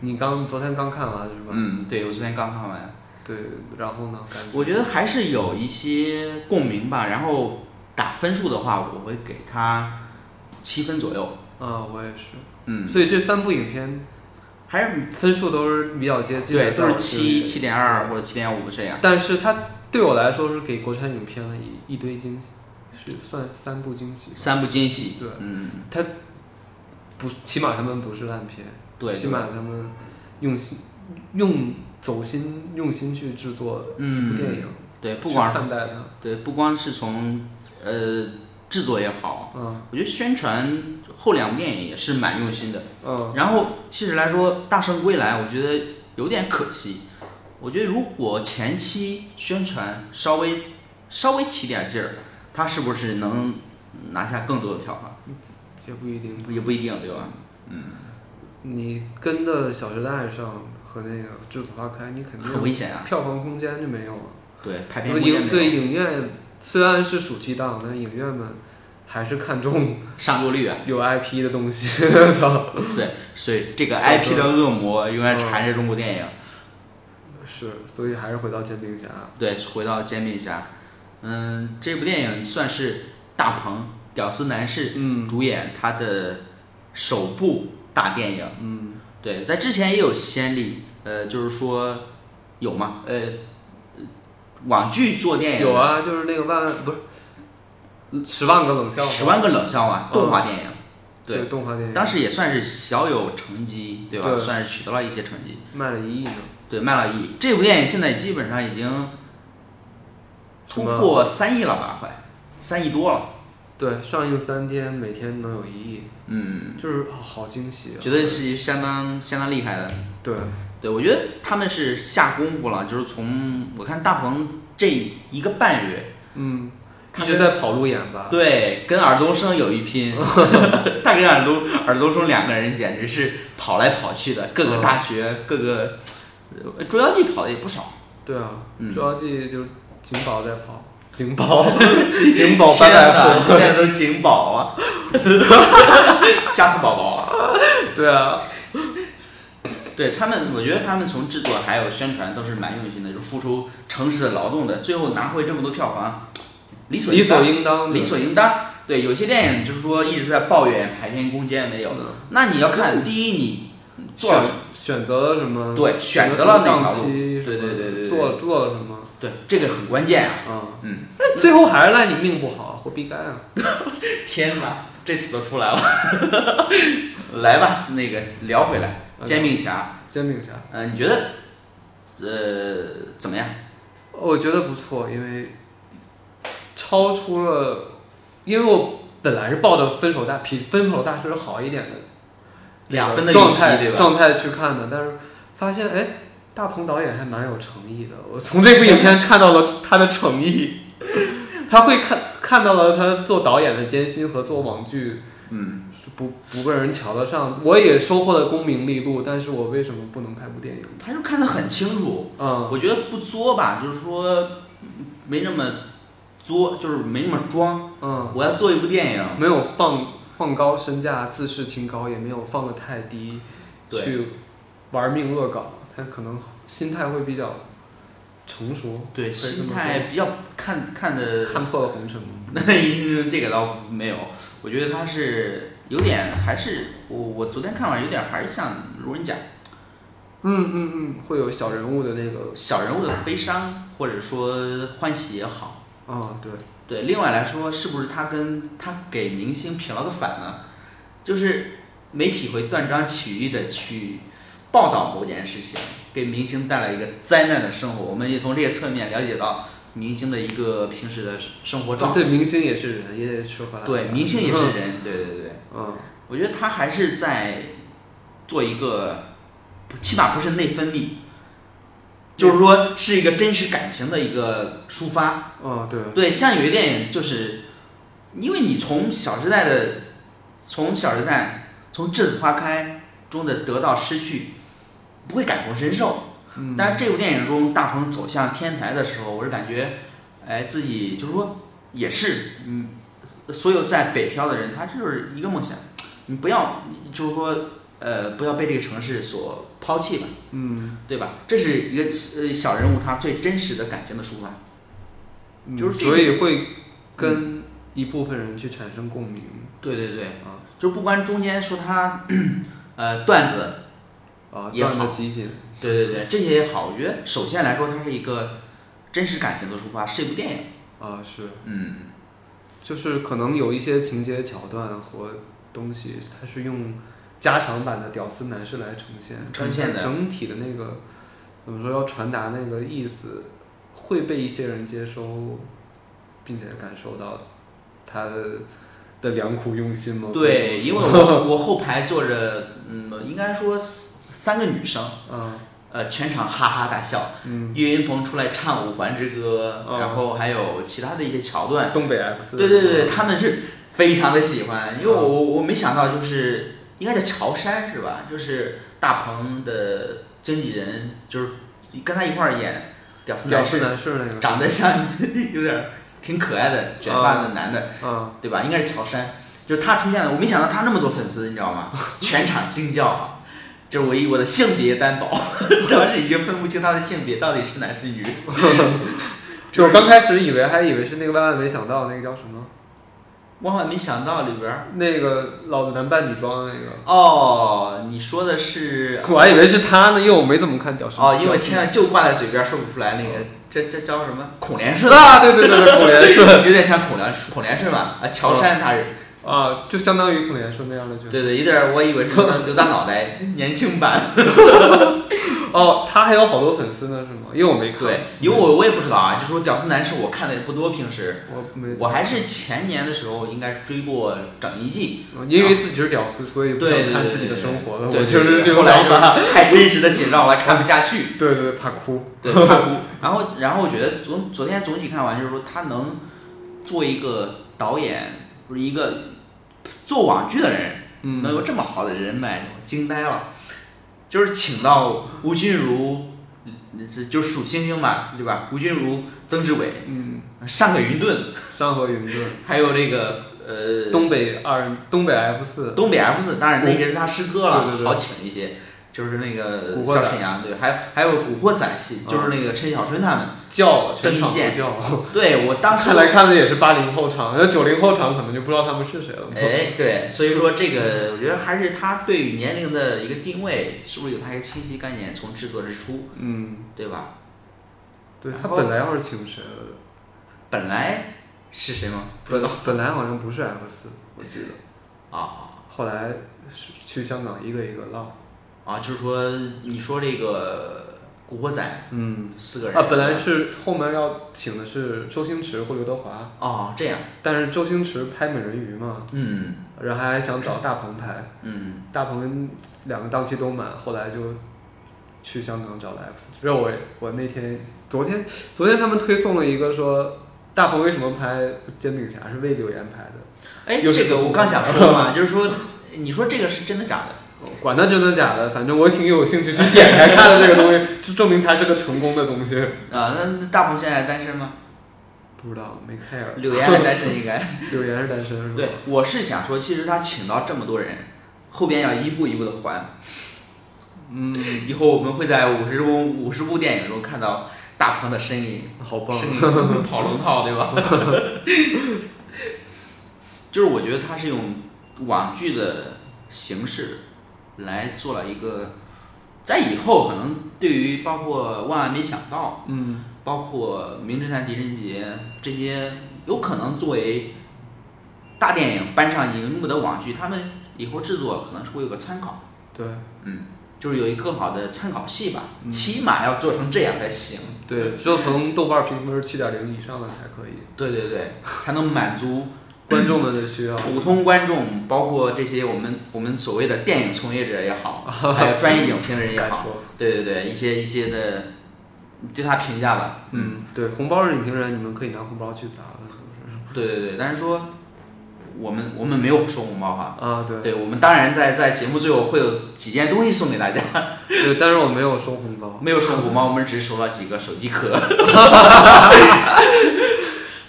你刚昨天刚看完是吧？，
嗯，对，我昨天刚看完，
对，然后呢？感觉
我觉得还是有一些共鸣吧。然后打分数的话，我会给他七分左右。
啊，我也是，
嗯，
所以这三部影片
还是
分数都是比较接近的，
对，都是
在我心
七
里
七点二或者七点五这样。
但是它对我来说是给国产影片了一一堆惊喜，是算三部惊喜吧。
三部惊喜，
对
嗯，
不，起码他们不是烂片，
对，
起码他们用心用走心用心去制作一部
嗯，
电影，
对，不
去
光
看待它，
对，不光是从呃制作也好，
嗯
我觉得宣传后两部电影也是蛮用心的。
嗯，
然后其实来说，《大圣归来》我觉得有点可惜。我觉得如果前期宣传稍微稍微起点劲儿，它是不是能拿下更多的票房？
也不一定。
也不一定，对吧？
你跟的《小时代》上和那个《制作花开》，你肯定
很危险啊！
票房空间就没有了。
对，排片空
然后
间
影
没
对
有。
影院虽然是暑期档，但影院们还是看重
上座率啊。
有 IP 的东西。 我操，
对，所以这个 IP 的恶魔永远缠着中国电影。
是，所以还是回到煎饼侠。
对，回到煎饼侠，嗯，这部电影算是大鹏屌丝男士
嗯
主演他的首部大电影。
嗯，
对，在之前也有先例，呃，就是说有吗？呃，网剧做电影
有，啊，就是那个万万不是十万个冷笑话，
十万个冷笑话，动画电影，
嗯对动画电影，
当时也算是小有成绩，对吧？
对
算是取得了一些成绩。
卖了一亿呢。
对，卖了一亿，这部电影现在基本上已经突破三亿了吧？快三亿多了。
对，上映三天，每天能有一亿，
嗯，
就是好好惊喜、啊。
绝对是相当相当厉害的。
对，
对，我觉得他们是下功夫了，就是从我看大鹏这一个半月，
嗯，
他
一
跟
直在跑路演吧。
对，跟尔冬升有一 拼，他跟尔冬尔冬升两个人简直是跑来跑去的，各个大学、
嗯
各个，呃捉妖记跑的也不 少，
对啊，
嗯
捉妖记就是警宝在 跑，警宝，警宝搬
天
来
哪
跑。
现在都警宝啊， 吓死宝宝了。
对啊，
对他们，我觉得他们从制作还有宣传都是蛮用心的，就是付出诚实的劳动的，最后拿回这么多票房，理所
理所
当
应当的，
理所应当。对，有些电影就是说一直在抱怨排片空间没有，
嗯
那你要看第一你 做
选
了
选择了什么？
对选择了哪条路对对对对对
做做了什么？
对这个很关键啊。
啊，
嗯，
那最后还是赖你命不好，活逼该啊！
天哪，这次都出来了， 来吧，那个聊回来，
OK
煎饼侠，
煎饼侠，
呃，你觉得呃怎么样？
我觉得不错，因为超出了，因为我本来是抱着分手大比分手大师好一点的
两分的
状
预期
态
对吧？
状态去看的，但是发现哎，大鹏导演还蛮有诚意的。我从这部影片看到了他的诚意，他会看看到了他做导演的艰辛和做网剧
嗯，
是不不被人瞧得上。我也收获了功名利禄，但是我为什么不能拍部电影呢？
他就看得很清楚，
嗯，
我觉得不作吧，就是说嗯没那么作，就是没那么装。
嗯，
我要做一部电影，
没有放放高身价自视清高，也没有放得太低，
对
去玩命恶搞，他可能心态会比较成熟，
对，
可以这
心
么说
态比较看看的
看破了红尘嘛。
那这个倒没有，我觉得他是有点，还是我我昨天看完有点还是像路人甲
嗯嗯嗯，会有小人物的那个，
小人物的悲伤或者说欢喜也好。
啊，对，
对，另外来说，是不是他跟他给明星平了个反呢？就是媒体会断章取义的去报道某件事情，给明星带来一个灾难的生活。我们也从这个侧面了解到明星的一个平时的生活状态。
啊对，明星也是人，也得吃喝拉撒。
对，明星也是人，对对对。
嗯。
我觉得他还是在做一个，起码不是内分泌，就是说是一个真实感情的一个抒发。
嗯嗯，对，
对，像有些电影就是，因为你从《小时代》的，从《小时代》从《栀子花开》中的得到失去，不会感同身受。
嗯，
但是这部电影中，大鹏走向天台的时候，我是感觉，哎，自己就是说也是，嗯，所有在北漂的人，他就是一个梦想，你不要，就是说，呃，不要被这个城市所抛弃吧，
嗯，
对吧？这是一个呃小人物他最真实的感情的抒发。
嗯
就是这个
所以会
嗯
跟一部分人去产生共鸣
对对对，
啊
就不管中间说他呃段子，
啊，
也
断
好
的集锦，
对对对，这些也好，我觉得首先来说，它是一个真实感情的抒发，是一部电影。
啊，是，
嗯，
就是可能有一些情节桥段和东西，它是用加长版的屌丝男士来呈现，
呈现的
但是整体的那个怎么说要传达那个意思，会被一些人接收，并且感受到他的的良苦用心吗？
对，因为 我我后排坐着，嗯，应该说三个女生，
嗯
呃，全场哈哈大笑。
嗯，
岳云鹏出来唱《五环之歌》，
哦
然后还有其他的一些桥段，
东北 F 四，
对对对，他们是非常的喜欢，
嗯
因为我我没想到就是应该叫乔杉是吧？就是大鹏的经纪人，就是跟他一块儿演屌丝
屌
男
丝
士
男士那个，
长得像 有点儿挺可爱的卷发的男的，
嗯，
对吧？应该是乔杉，就是他出现了，我没想到他那么多粉丝，你知道 吗？全场惊叫啊！就是我以我的性别担保， 当时已经分不清他的性别到底是男是女。
就是刚开始以为还以为是那个万万没想到那个叫什么，
万万没想到里边儿
那个老男扮女装那个，
哦，你说的是
我还以为是他呢，因为我没怎么看屌丝。
哦，因为天上就挂在嘴边儿说不出来那个，这这叫什么？孔连顺
哦 啊，对 对对对，孔连顺
有点像孔连孔连顺吧？啊，乔杉他是
啊，就相当于孔连顺那样的角色。
对对，有点儿我以为是刘大脑袋年轻版。
哦，他还有好多粉丝呢，是吗？因为我没看，
对，因为我我也不知道啊，就说屌丝男士我看的也不多，平时
我没，
我还是前年的时候应该是追过整一季，
因为自己是屌丝，所以不
对
想
对
看
对
自己的
对
生活了。
对对
我就是
对
这种
后来
想
说
法。
太真实的写照，我还看不下 去，
对对对，怕哭。
对，怕哭。然后然后我觉得昨昨天总体看完就是说他能做一个导演，不是一个做网剧的人，能
嗯，
有这么好的人脉，我惊呆了。就是请到吴君如，嗯是就是数星星嘛，对吧？吴君如、曾志伟、
嗯，
上个云顿，
山河云顿，
还有那个呃
东北二，东北 F 四，
东北 F 四，当然那个是他师哥了，
对对对
好请一些。就是那个
古惑仔啊
小沈阳，对，还有还有《古惑仔》系，就是那个陈小春他们。
叫了，
郑
全
伊
场都
健
叫了。
对我当时
看来看的也是八零后场，那九零后场可能就不知道他们是谁了。
哎，对，所以说这个，我觉得还是他对于年龄的一个定位，是不是有他一个清晰概念？从制作之初，
嗯，
对吧？
对他
然后
本来要是请谁了，
本来是谁吗？
本本来好像不是 F 四，我记得，
啊
后来是去香港一个一个唠。
啊，就是说你说这个《古惑仔
嗯，》
四个人
啊，本来是后面要请的是周星驰或刘德华，
哦这样，
但是周星驰拍美人鱼嘛，
嗯
然后还想找大鹏拍，
嗯，
大鹏两个档期都满，后来就去香港找了 F 四。然后我我那天昨天昨天他们推送了一个说大鹏为什么拍煎饼侠是为柳岩拍的，
哎，
又是
这个我刚想说嘛，就是说你说这个是真的假的？
管他真的假的，反正我挺有兴趣去点开看的这个东西，就证明他这个成功的东西。
啊，那那大鹏现在单身吗？
不知道没 care，
柳岩还单身应该。
柳岩是单身是吧？
对，我是想说，其实他请到这么多人，后边要一步一步的还。
嗯，
以后我们会在五十部五十部电影中看到大鹏的身影，
好棒，啊
身影跑龙套，对吧？ 就是我觉得他是用网剧的形式来做了一个，在以后可能对于包括万万没想到，
嗯。
包括《名侦探狄仁杰》这些，有可能作为大电影搬上荧幕的网剧，他们以后制作可能是会有个参考。
对
嗯，就是有一个更好的参考系吧，
嗯
起码要做成这样才行。
对，只有从豆瓣评分七点零以上的才可以，
对对对，才能满足
观众们的需要。
普通观众，包括这些我们我们所谓的电影从业者也好， 还有专业影评人也
该
好，
说，
对对对，一些一些的对他评价吧。
嗯，对，红包是影评人，你们可以拿红包去砸的，是不是？
对对对，但是说我们我们没有收红包哈。
啊，对，
对，我们当然在在节目最后会有几件东西送给大家，
对，但是我没有收红包。
没有收红包，我们只收了几个手机 壳。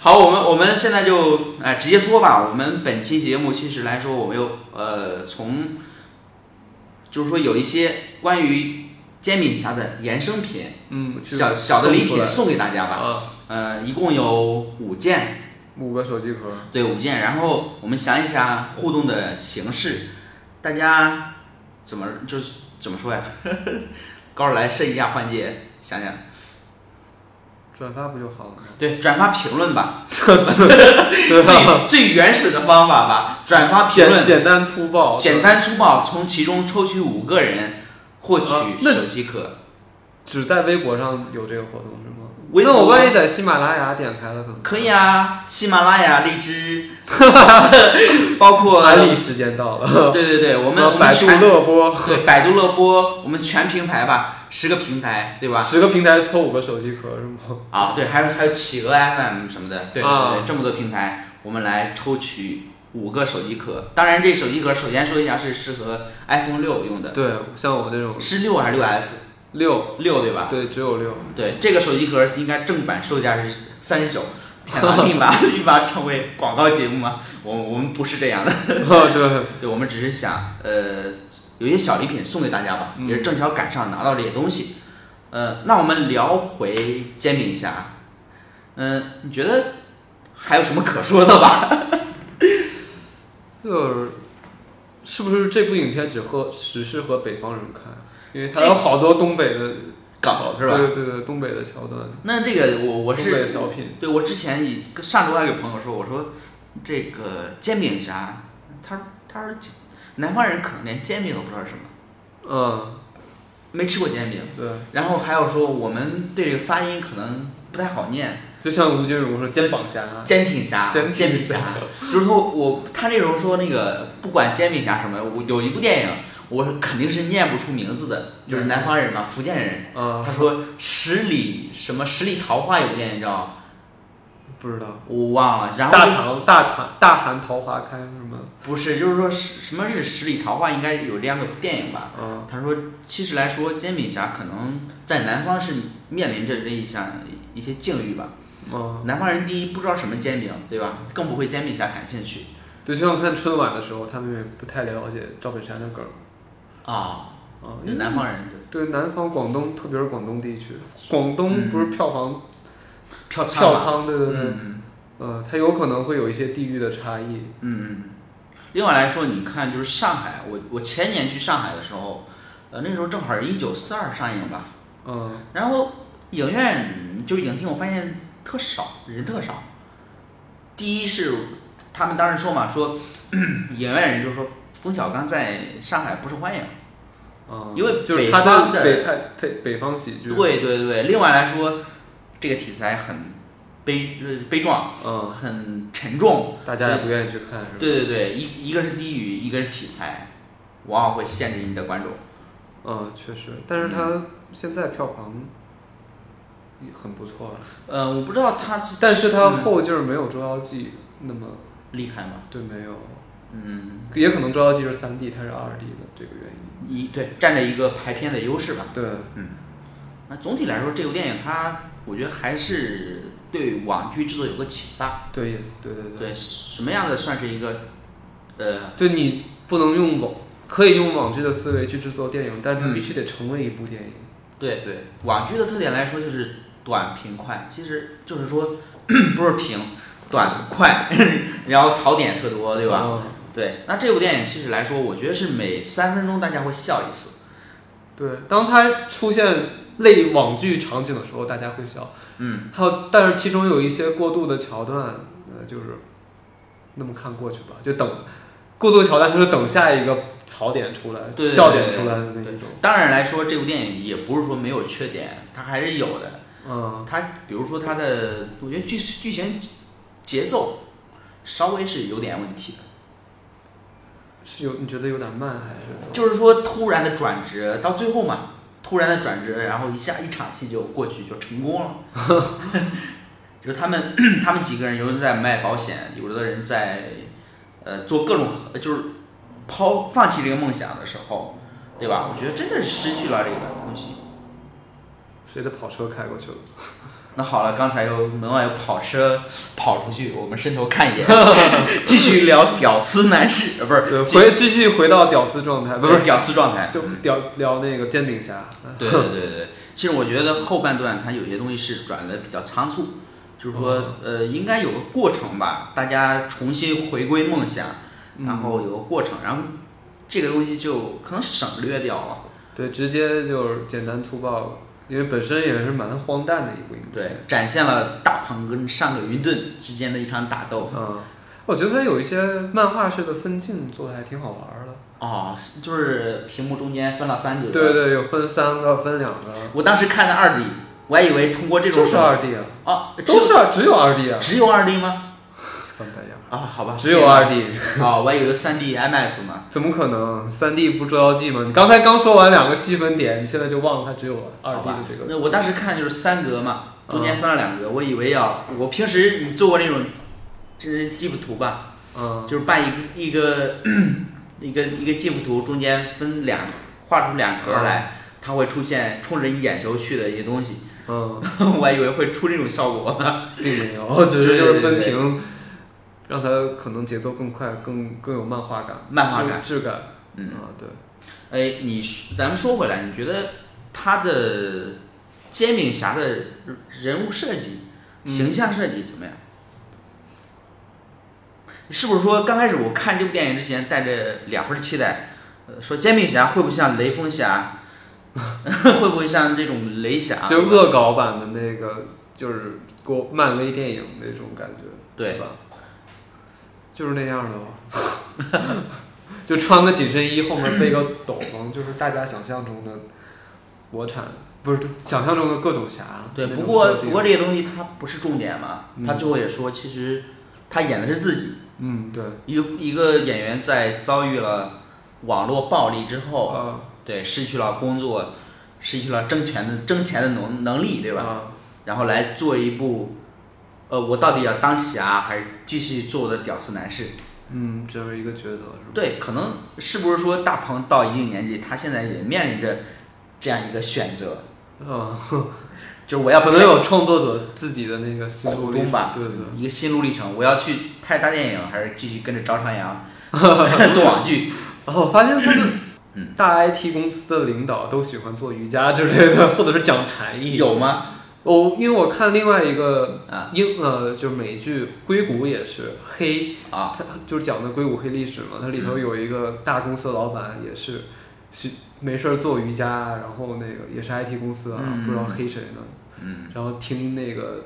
好，我们我们现在就哎、直接说吧。我们本期节目其实来说，我们有呃从，就是说有一些关于煎饼侠的衍生品，
嗯，去
小小的礼
送出
品
来
送给大家吧。
啊，
呃，一共有五件，
五个手机壳，
对，五件。然后我们想一想互动的形式，大家怎么就是怎么说呀？ 高来设计一下环节，想想。
转发不就好了 吗？
对，转发评论 吧，
对吧？
最最原始的方法吧，转发评
简
论，
简单粗暴，
简单粗暴，从其中抽取五个人获取
啊那
手机壳。
只在微博上有这个活动是吗？
微
那
博
我万一在喜马拉雅点开了怎么办？
可以啊，喜马拉雅、荔 枝，包括
安利时间到了，
对对对，我们我
百
们
度
全
乐播，
对百度乐播，我们全平台吧，十个平台对吧？
十个平台抽五个手机壳是吗？
啊，对，还有还有企鹅 FM 什么的，对对
啊
对，这么多平台，我们来抽取五个手机壳。当然，这手机壳首先说一下是适合 iPhone 六用的，
对，像我这种
是六还是六 S？
六，
六对吧？
对，只有六。啊
对，这个手机壳应该正版售价是三十九。天 哪，立马立马成为广告节目吗？我我们不是这样的，
哦，对，
对，我们只是想呃有些小礼品送给大家吧，
嗯
也是正巧赶上拿到这些东西。呃，那我们聊回煎饼侠，嗯、你觉得还有什么可说的吧？
就是是不是这部影片只和只适合北方人看？因为它
这
有好多东北的
搞是吧？
对对对，东北的桥段，
那这个我我
东北的
是
小品。
对我之前以上周还有个朋友说，我说这个煎饼侠，他说他说南方人可能连煎饼都不知道是什么，
嗯，
没吃过煎饼。
对，
然后还有说我们对这个发音可能不太好念，
就像吴君如说肩膀侠，
煎饼侠，
煎
煎
饼侠
饼侠，就是说我他那时候说那个不管煎饼侠什么，我有一部电影我肯定是念不出名字的，就是南方人嘛，福建人，
嗯，
他说十里什么十里桃花有部电影叫
不知道。
我忘了，然后
大唐大唐大寒桃花开是吗？
不是就是说是什么是十里桃花，应该有这样的电影吧？
嗯，
他说，其实来说，煎饼侠可能在南方是面临着这一项一些境遇吧。
嗯，
南方人第一不知道什么煎饼，对吧？更不会煎饼侠感兴趣
对，就像看春晚的时候，他们也不太了解赵本山的梗儿
啊。
啊，因为
南方人
对南方广东，特别是广东地区，广
嗯
东不是票房
票仓
票
吧
仓，对对对，
嗯
嗯，它有可能会有一些地域的差异，
嗯嗯。另外来说，你看就是上海，我我前年去上海的时候，呃，那时候正好是一九四二上映吧，
嗯，
然后影院就影厅，我发现特少，人特少。第一是他们当时说嘛，说 影院人就说冯小刚在上海不受欢迎。
啊，
因为
就是
北
他
方
在
的
北派北北方喜剧，，
对对对，另外来说，这个题材很悲呃悲壮，
嗯，
很沉重。
大家也不愿意去看，是吧？
对对对，一一个是地域，一个是题材，往往会限制你的观众。
嗯，确实，但是它
嗯
现在票房也很不错了，
呃，我不知道他，
但是它
嗯
后劲儿没有《捉妖记》那么
厉害吗？
对，没有，
嗯，
也可能《捉妖记》是三 D，它是二 D 的这个原因，
一对占着一个排片的优势吧。
对，
那总体来说，这部电影它，我觉得还是对网剧制作有个启发。
对，也对对对。
对，什么样的算是一个，呃，
就你不能用网，可以用网剧的思维去制作电影，但是它必须得成为一部电影。
对对，网剧的特点来说就是短平快，其实就是说 不是平，短快， 然后槽点特多，对吧？
嗯
对，那这部电影其实来说，我觉得是每三分钟大家会笑一次。
对，当它出现类网剧场景的时候，大家会笑。
嗯，
还有，但是其中有一些过渡的桥段，呃，就是那么看过去吧，就等过渡桥段就是等下一个槽点出来，
对对
笑点出来的那一种。
当然来说，这部电影也不是说没有缺点，它还是有的。
嗯，
它比如说它的，我觉得剧剧情节奏稍微是有点问题的，
是有你觉得有点慢还是？
就是说突然的转折到最后嘛，突然的转折，然后一下一场戏就过去就成功了。 就是他们 他们几个人，有人在卖保险，有的人在呃做各种就是抛放弃这个梦想的时候，对吧？我觉得真的是失去了这个东西。
谁的跑车开过去了？
那好了，刚才有门外有跑车跑出去，我们伸头看一眼， 继续聊屌丝男士，呃，不是
对，
继续
回继续回到屌丝状态，不
不是
是，
屌丝状态。
就聊聊那个煎饼侠。
对对对对，其实我觉得后半段它有些东西是转的比较仓促，就是说呃应该有个过程吧，大家重新回归梦想，然后有个过程，然后这个东西就可能省略掉了。
对，直接就是简单粗暴了，因为本身也是蛮荒诞的一部影片。
对，展现了大鹏跟上个云顿之间的一场打斗。
嗯，我觉得它有一些漫画式的分镜做的还挺好玩儿的。
哦，是就是屏幕中间分了三格。
对对，有分三个，分两个，
我当时看的二 D，我还以为通过这种
就是
手
二 D 啊，
啊，只
都
有
是二只有二 D 啊，
只有二 D 吗？
翻白眼儿，
啊，好吧，
只有二 D，
啊，我还以为三 D IMAX 呢。
怎么可能？三 D 不捉妖记吗？你刚才刚说完两个细分点，你现在就忘了它只有二
好
D 的
吧
这，个。
那我当时看就是三格嘛，
嗯
中间分了两格，我以为要我平时你做过那种，这是基普图吧，
嗯，
就是把一个一个一个一个基普图中间分两画出两格来，它会出现冲着你眼球去的一些东西，
嗯，
我还以为会出这种效果呢。
并没有，只是
对对
就是分
对
屏，让它可能节奏更快，更更有漫画感，
漫画感
质质感，
嗯
啊，对，
哎，你咱们说回来，你觉得他的煎饼侠的人物设计、
嗯
形象设计怎么样？是不是说刚开始我看这部电影之前带着两分期待，呃说煎饼侠会不会像雷锋侠， 会不会像这种雷侠？
就恶搞版的那个，就是国漫威电影那种感觉，
对
吧？就是那样的吧， 就穿个紧身衣，后面背个斗篷，就是大家想象中的国产，不是想象中的各种侠。
对，
那
不
种
过
设定
不过这些东西它不是重点嘛，他最后也说，其实他演的是自己。
嗯，对，
一个一个演员在遭遇了网络暴力之后，
啊，
对，失去了工作，失去了挣钱的挣钱的能能力，对吧？
啊，
然后来做一部，呃，我到底要当侠还是继续做我的屌丝男士？
嗯，这是一个抉择，是吧？
对，可能是不是说大鹏到一定年纪，他现在也面临着这样一个选择，
啊，
就是我要
可能有创作者自己的那个心路
苦
历
衷
程
吧，嗯
对对。
一个心路历程，我要去拍大电影，还是继续跟着赵长 阳做网剧？
然哦后我发现他
嗯
们大 IT 公司的领导都喜欢做瑜伽之类的，或者是讲禅意。
有吗？
我哦因为我看另外一个
啊
英呃，就是美剧《硅谷》也是黑，
啊，嗯
它就是讲的硅谷黑历史嘛。它里头有一个大公司的老板也是，是没事儿做瑜伽，啊然后那个也是 IT 公司啊，
嗯
不知道黑谁呢，
嗯。
然后听那个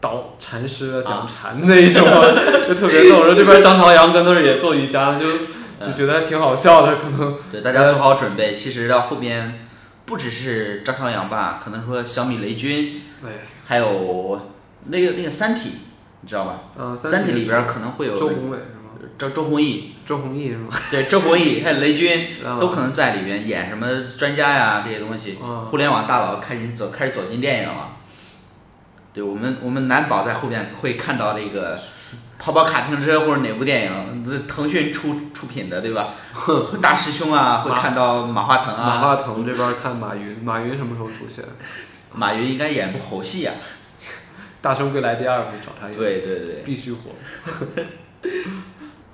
导禅师讲禅的那一种，啊
啊
就特别逗。然后这边张朝阳跟那儿也做瑜伽，就
嗯
就觉得还挺好笑的，可能
对，大家做好准备。其实到后边，不只是张朝阳吧，可能说小米雷军，
哎。
还有那个那个《三体》，你知道吧？
嗯，
《三体》里边可能会有
周宏伟是吗？
周周鸿祎，
周鸿祎是吗？
对，周鸿祎还有雷军
啊
都可能在里边演什么专家呀这些东西。
啊
互联网大佬开始走开始走进电影了。对我们，我们难保在后面会看到这个跑跑卡丁车或者哪部电影，腾讯出出品的，对 吧？大师兄啊，会
马
看到马化腾啊，
马化腾这边看马云，马云什么时候出现？
马云应该演部猴戏啊。
《大圣归来》第二部找他演，
对对对，
必须火。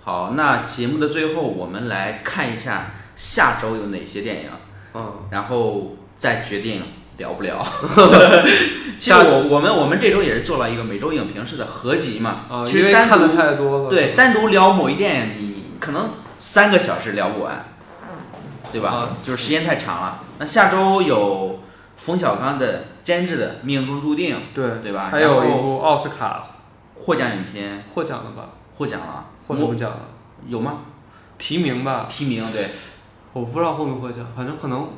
好，那节目的最后，我们来看一下下周有哪些电影，
嗯，
然后再决定聊不 聊。其实
下
我我们我们这周也是做了一个每周影评式的合集嘛，
啊，
其
因
实
为
单
看的
独
太多了。
对单独聊某一电影，你可能三个小时聊不完，对吧？
啊
就是时间太长了。那下周有冯小刚的监制的《命中注定》
对
对吧
还有一
然后
部奥斯卡
获奖影片
获奖了吧？
获奖了，
获什么奖了？
有吗？
提名吧，
提名对。
我不知道获没获奖，反正可 能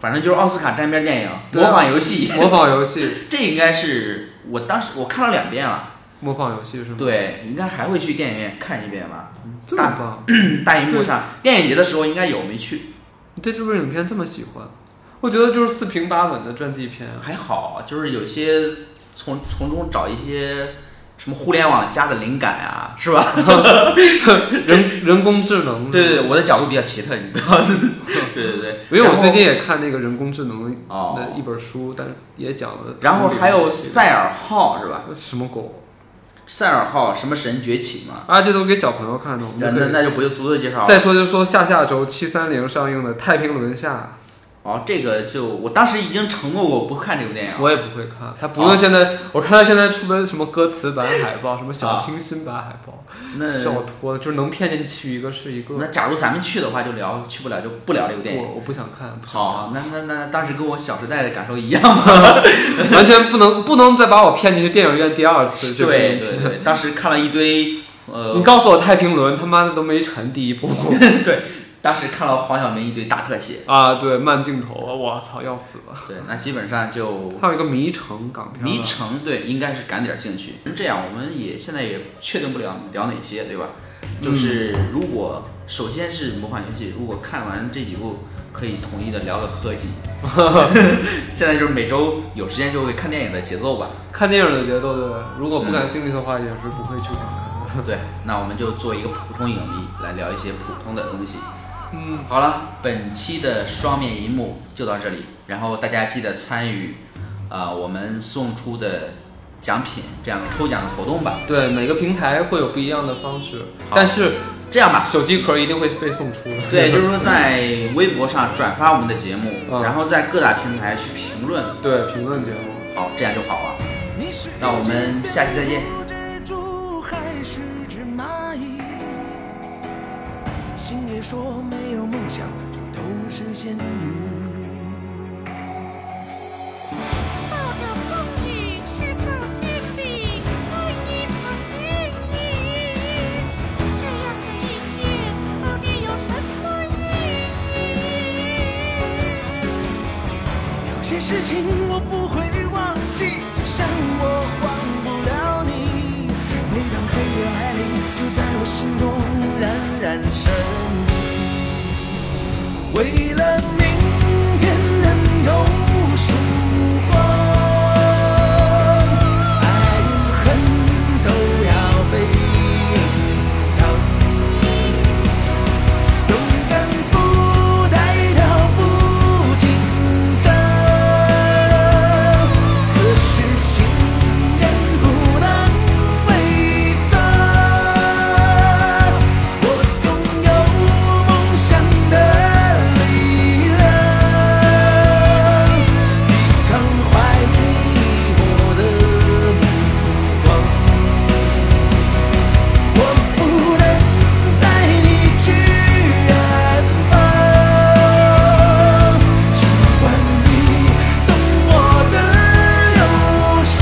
反正就是奥斯卡沾边电影，
对
模
啊
仿游戏，
模仿游戏，
这应该是我当时我看了两遍了。
模仿游戏是吗？，
对，应该还会去电影院看一遍吧。
这么棒，
嗯大荧幕上电影节的时候应该有没去，
你对这部影片这么喜欢？我觉得就是四平八稳的传记 片啊。
还好，就是有些从从中找一些什么互联网加的灵感啊，是吧？
人人工智能，
对对对，，我的角度比较奇特，你不要。 对对对，
因为我
然后
最近也看那个人工智能
哦
的一本书，但是也讲了。
然后还
嗯
有赛尔号是吧？
什么狗
赛尔号什么神崛起嘛？
啊？这都给小朋友看的，我
那
们
那那就
就可以
不用多做介绍了。
再说就说下下周七三零上映的《太平轮下
哦，这个就我当时已经承诺过我不看这部电影》，了。
我也不会看。它不论现在，我看它现在出的什么歌词版海报，什么小清新版海报，
那
笑脱，就是能骗进去一个是一个。
那假如咱们去的话就聊，去不了就不聊这部电影。
我我不想看，不想
好，那那那当时跟我《小时代》的感受一样吗？
看完全不能不能再把我骗进去电影院第二次。这 部
对
影
对
片，
对，当时看了一堆，
你
呃，
告诉我《太平轮》他妈的都没成第 一部。
当时看了黄晓明一堆大特写。
啊，对，慢镜头，我操，要死了。
对，那基本上就
还有一个《迷城》港片，
迷，城对，应该是赶点儿兴趣。这样我们也现在也确定不了聊哪些，对吧？就是如果首先是模仿游戏，如果看完这几部，可以统一的聊个合集。 现在就是每周有时间就会看电影的节奏吧。
看电影的节奏，对，如
嗯
果不感兴趣的话，也是不会去看的。
对，那我们就做一个普通影迷来聊一些普通的东西。
嗯，
好了，本期的双面银幕就到这里，然后大家记得参与，呃，我们送出的奖品这样抽奖的活动吧。
对，每个平台会有不一样的方式，
好
但是啊
这样吧，
手机壳一定会被送出的。
对，就是说在微博上转发我们的节目，
嗯
然后在各大平台去评论，
对评论节目，
好，这样就好了。
你是
那我们下期再见
一只蜘蛛还是只蚂蚁？星爷说没有梦想就都是仙女。
抱着梦里翅膀坚定，爱你不变你。这样的一天到底有什么意义？
有些事情我不会忘记，就像我忘不了你。每当黑夜来临，就在我心中冉冉升起。为了明天能有曙光，爱与恨都要被隐藏。勇敢不代表不紧张，可是信念不能伪装。我拥有梦想的力量，抵抗怀疑我的目光。我不能带你去远方，尽管你懂我的忧伤。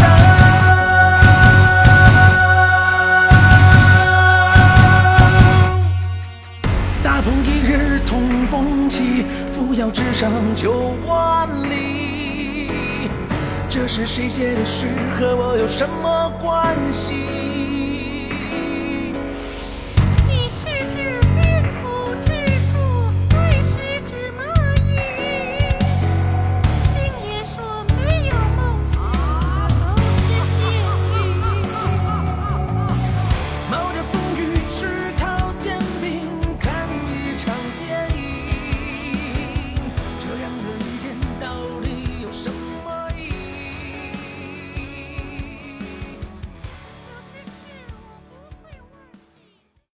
大鹏一日同风起，扶摇直上九万里。这是谁写的诗，和我有什么关系？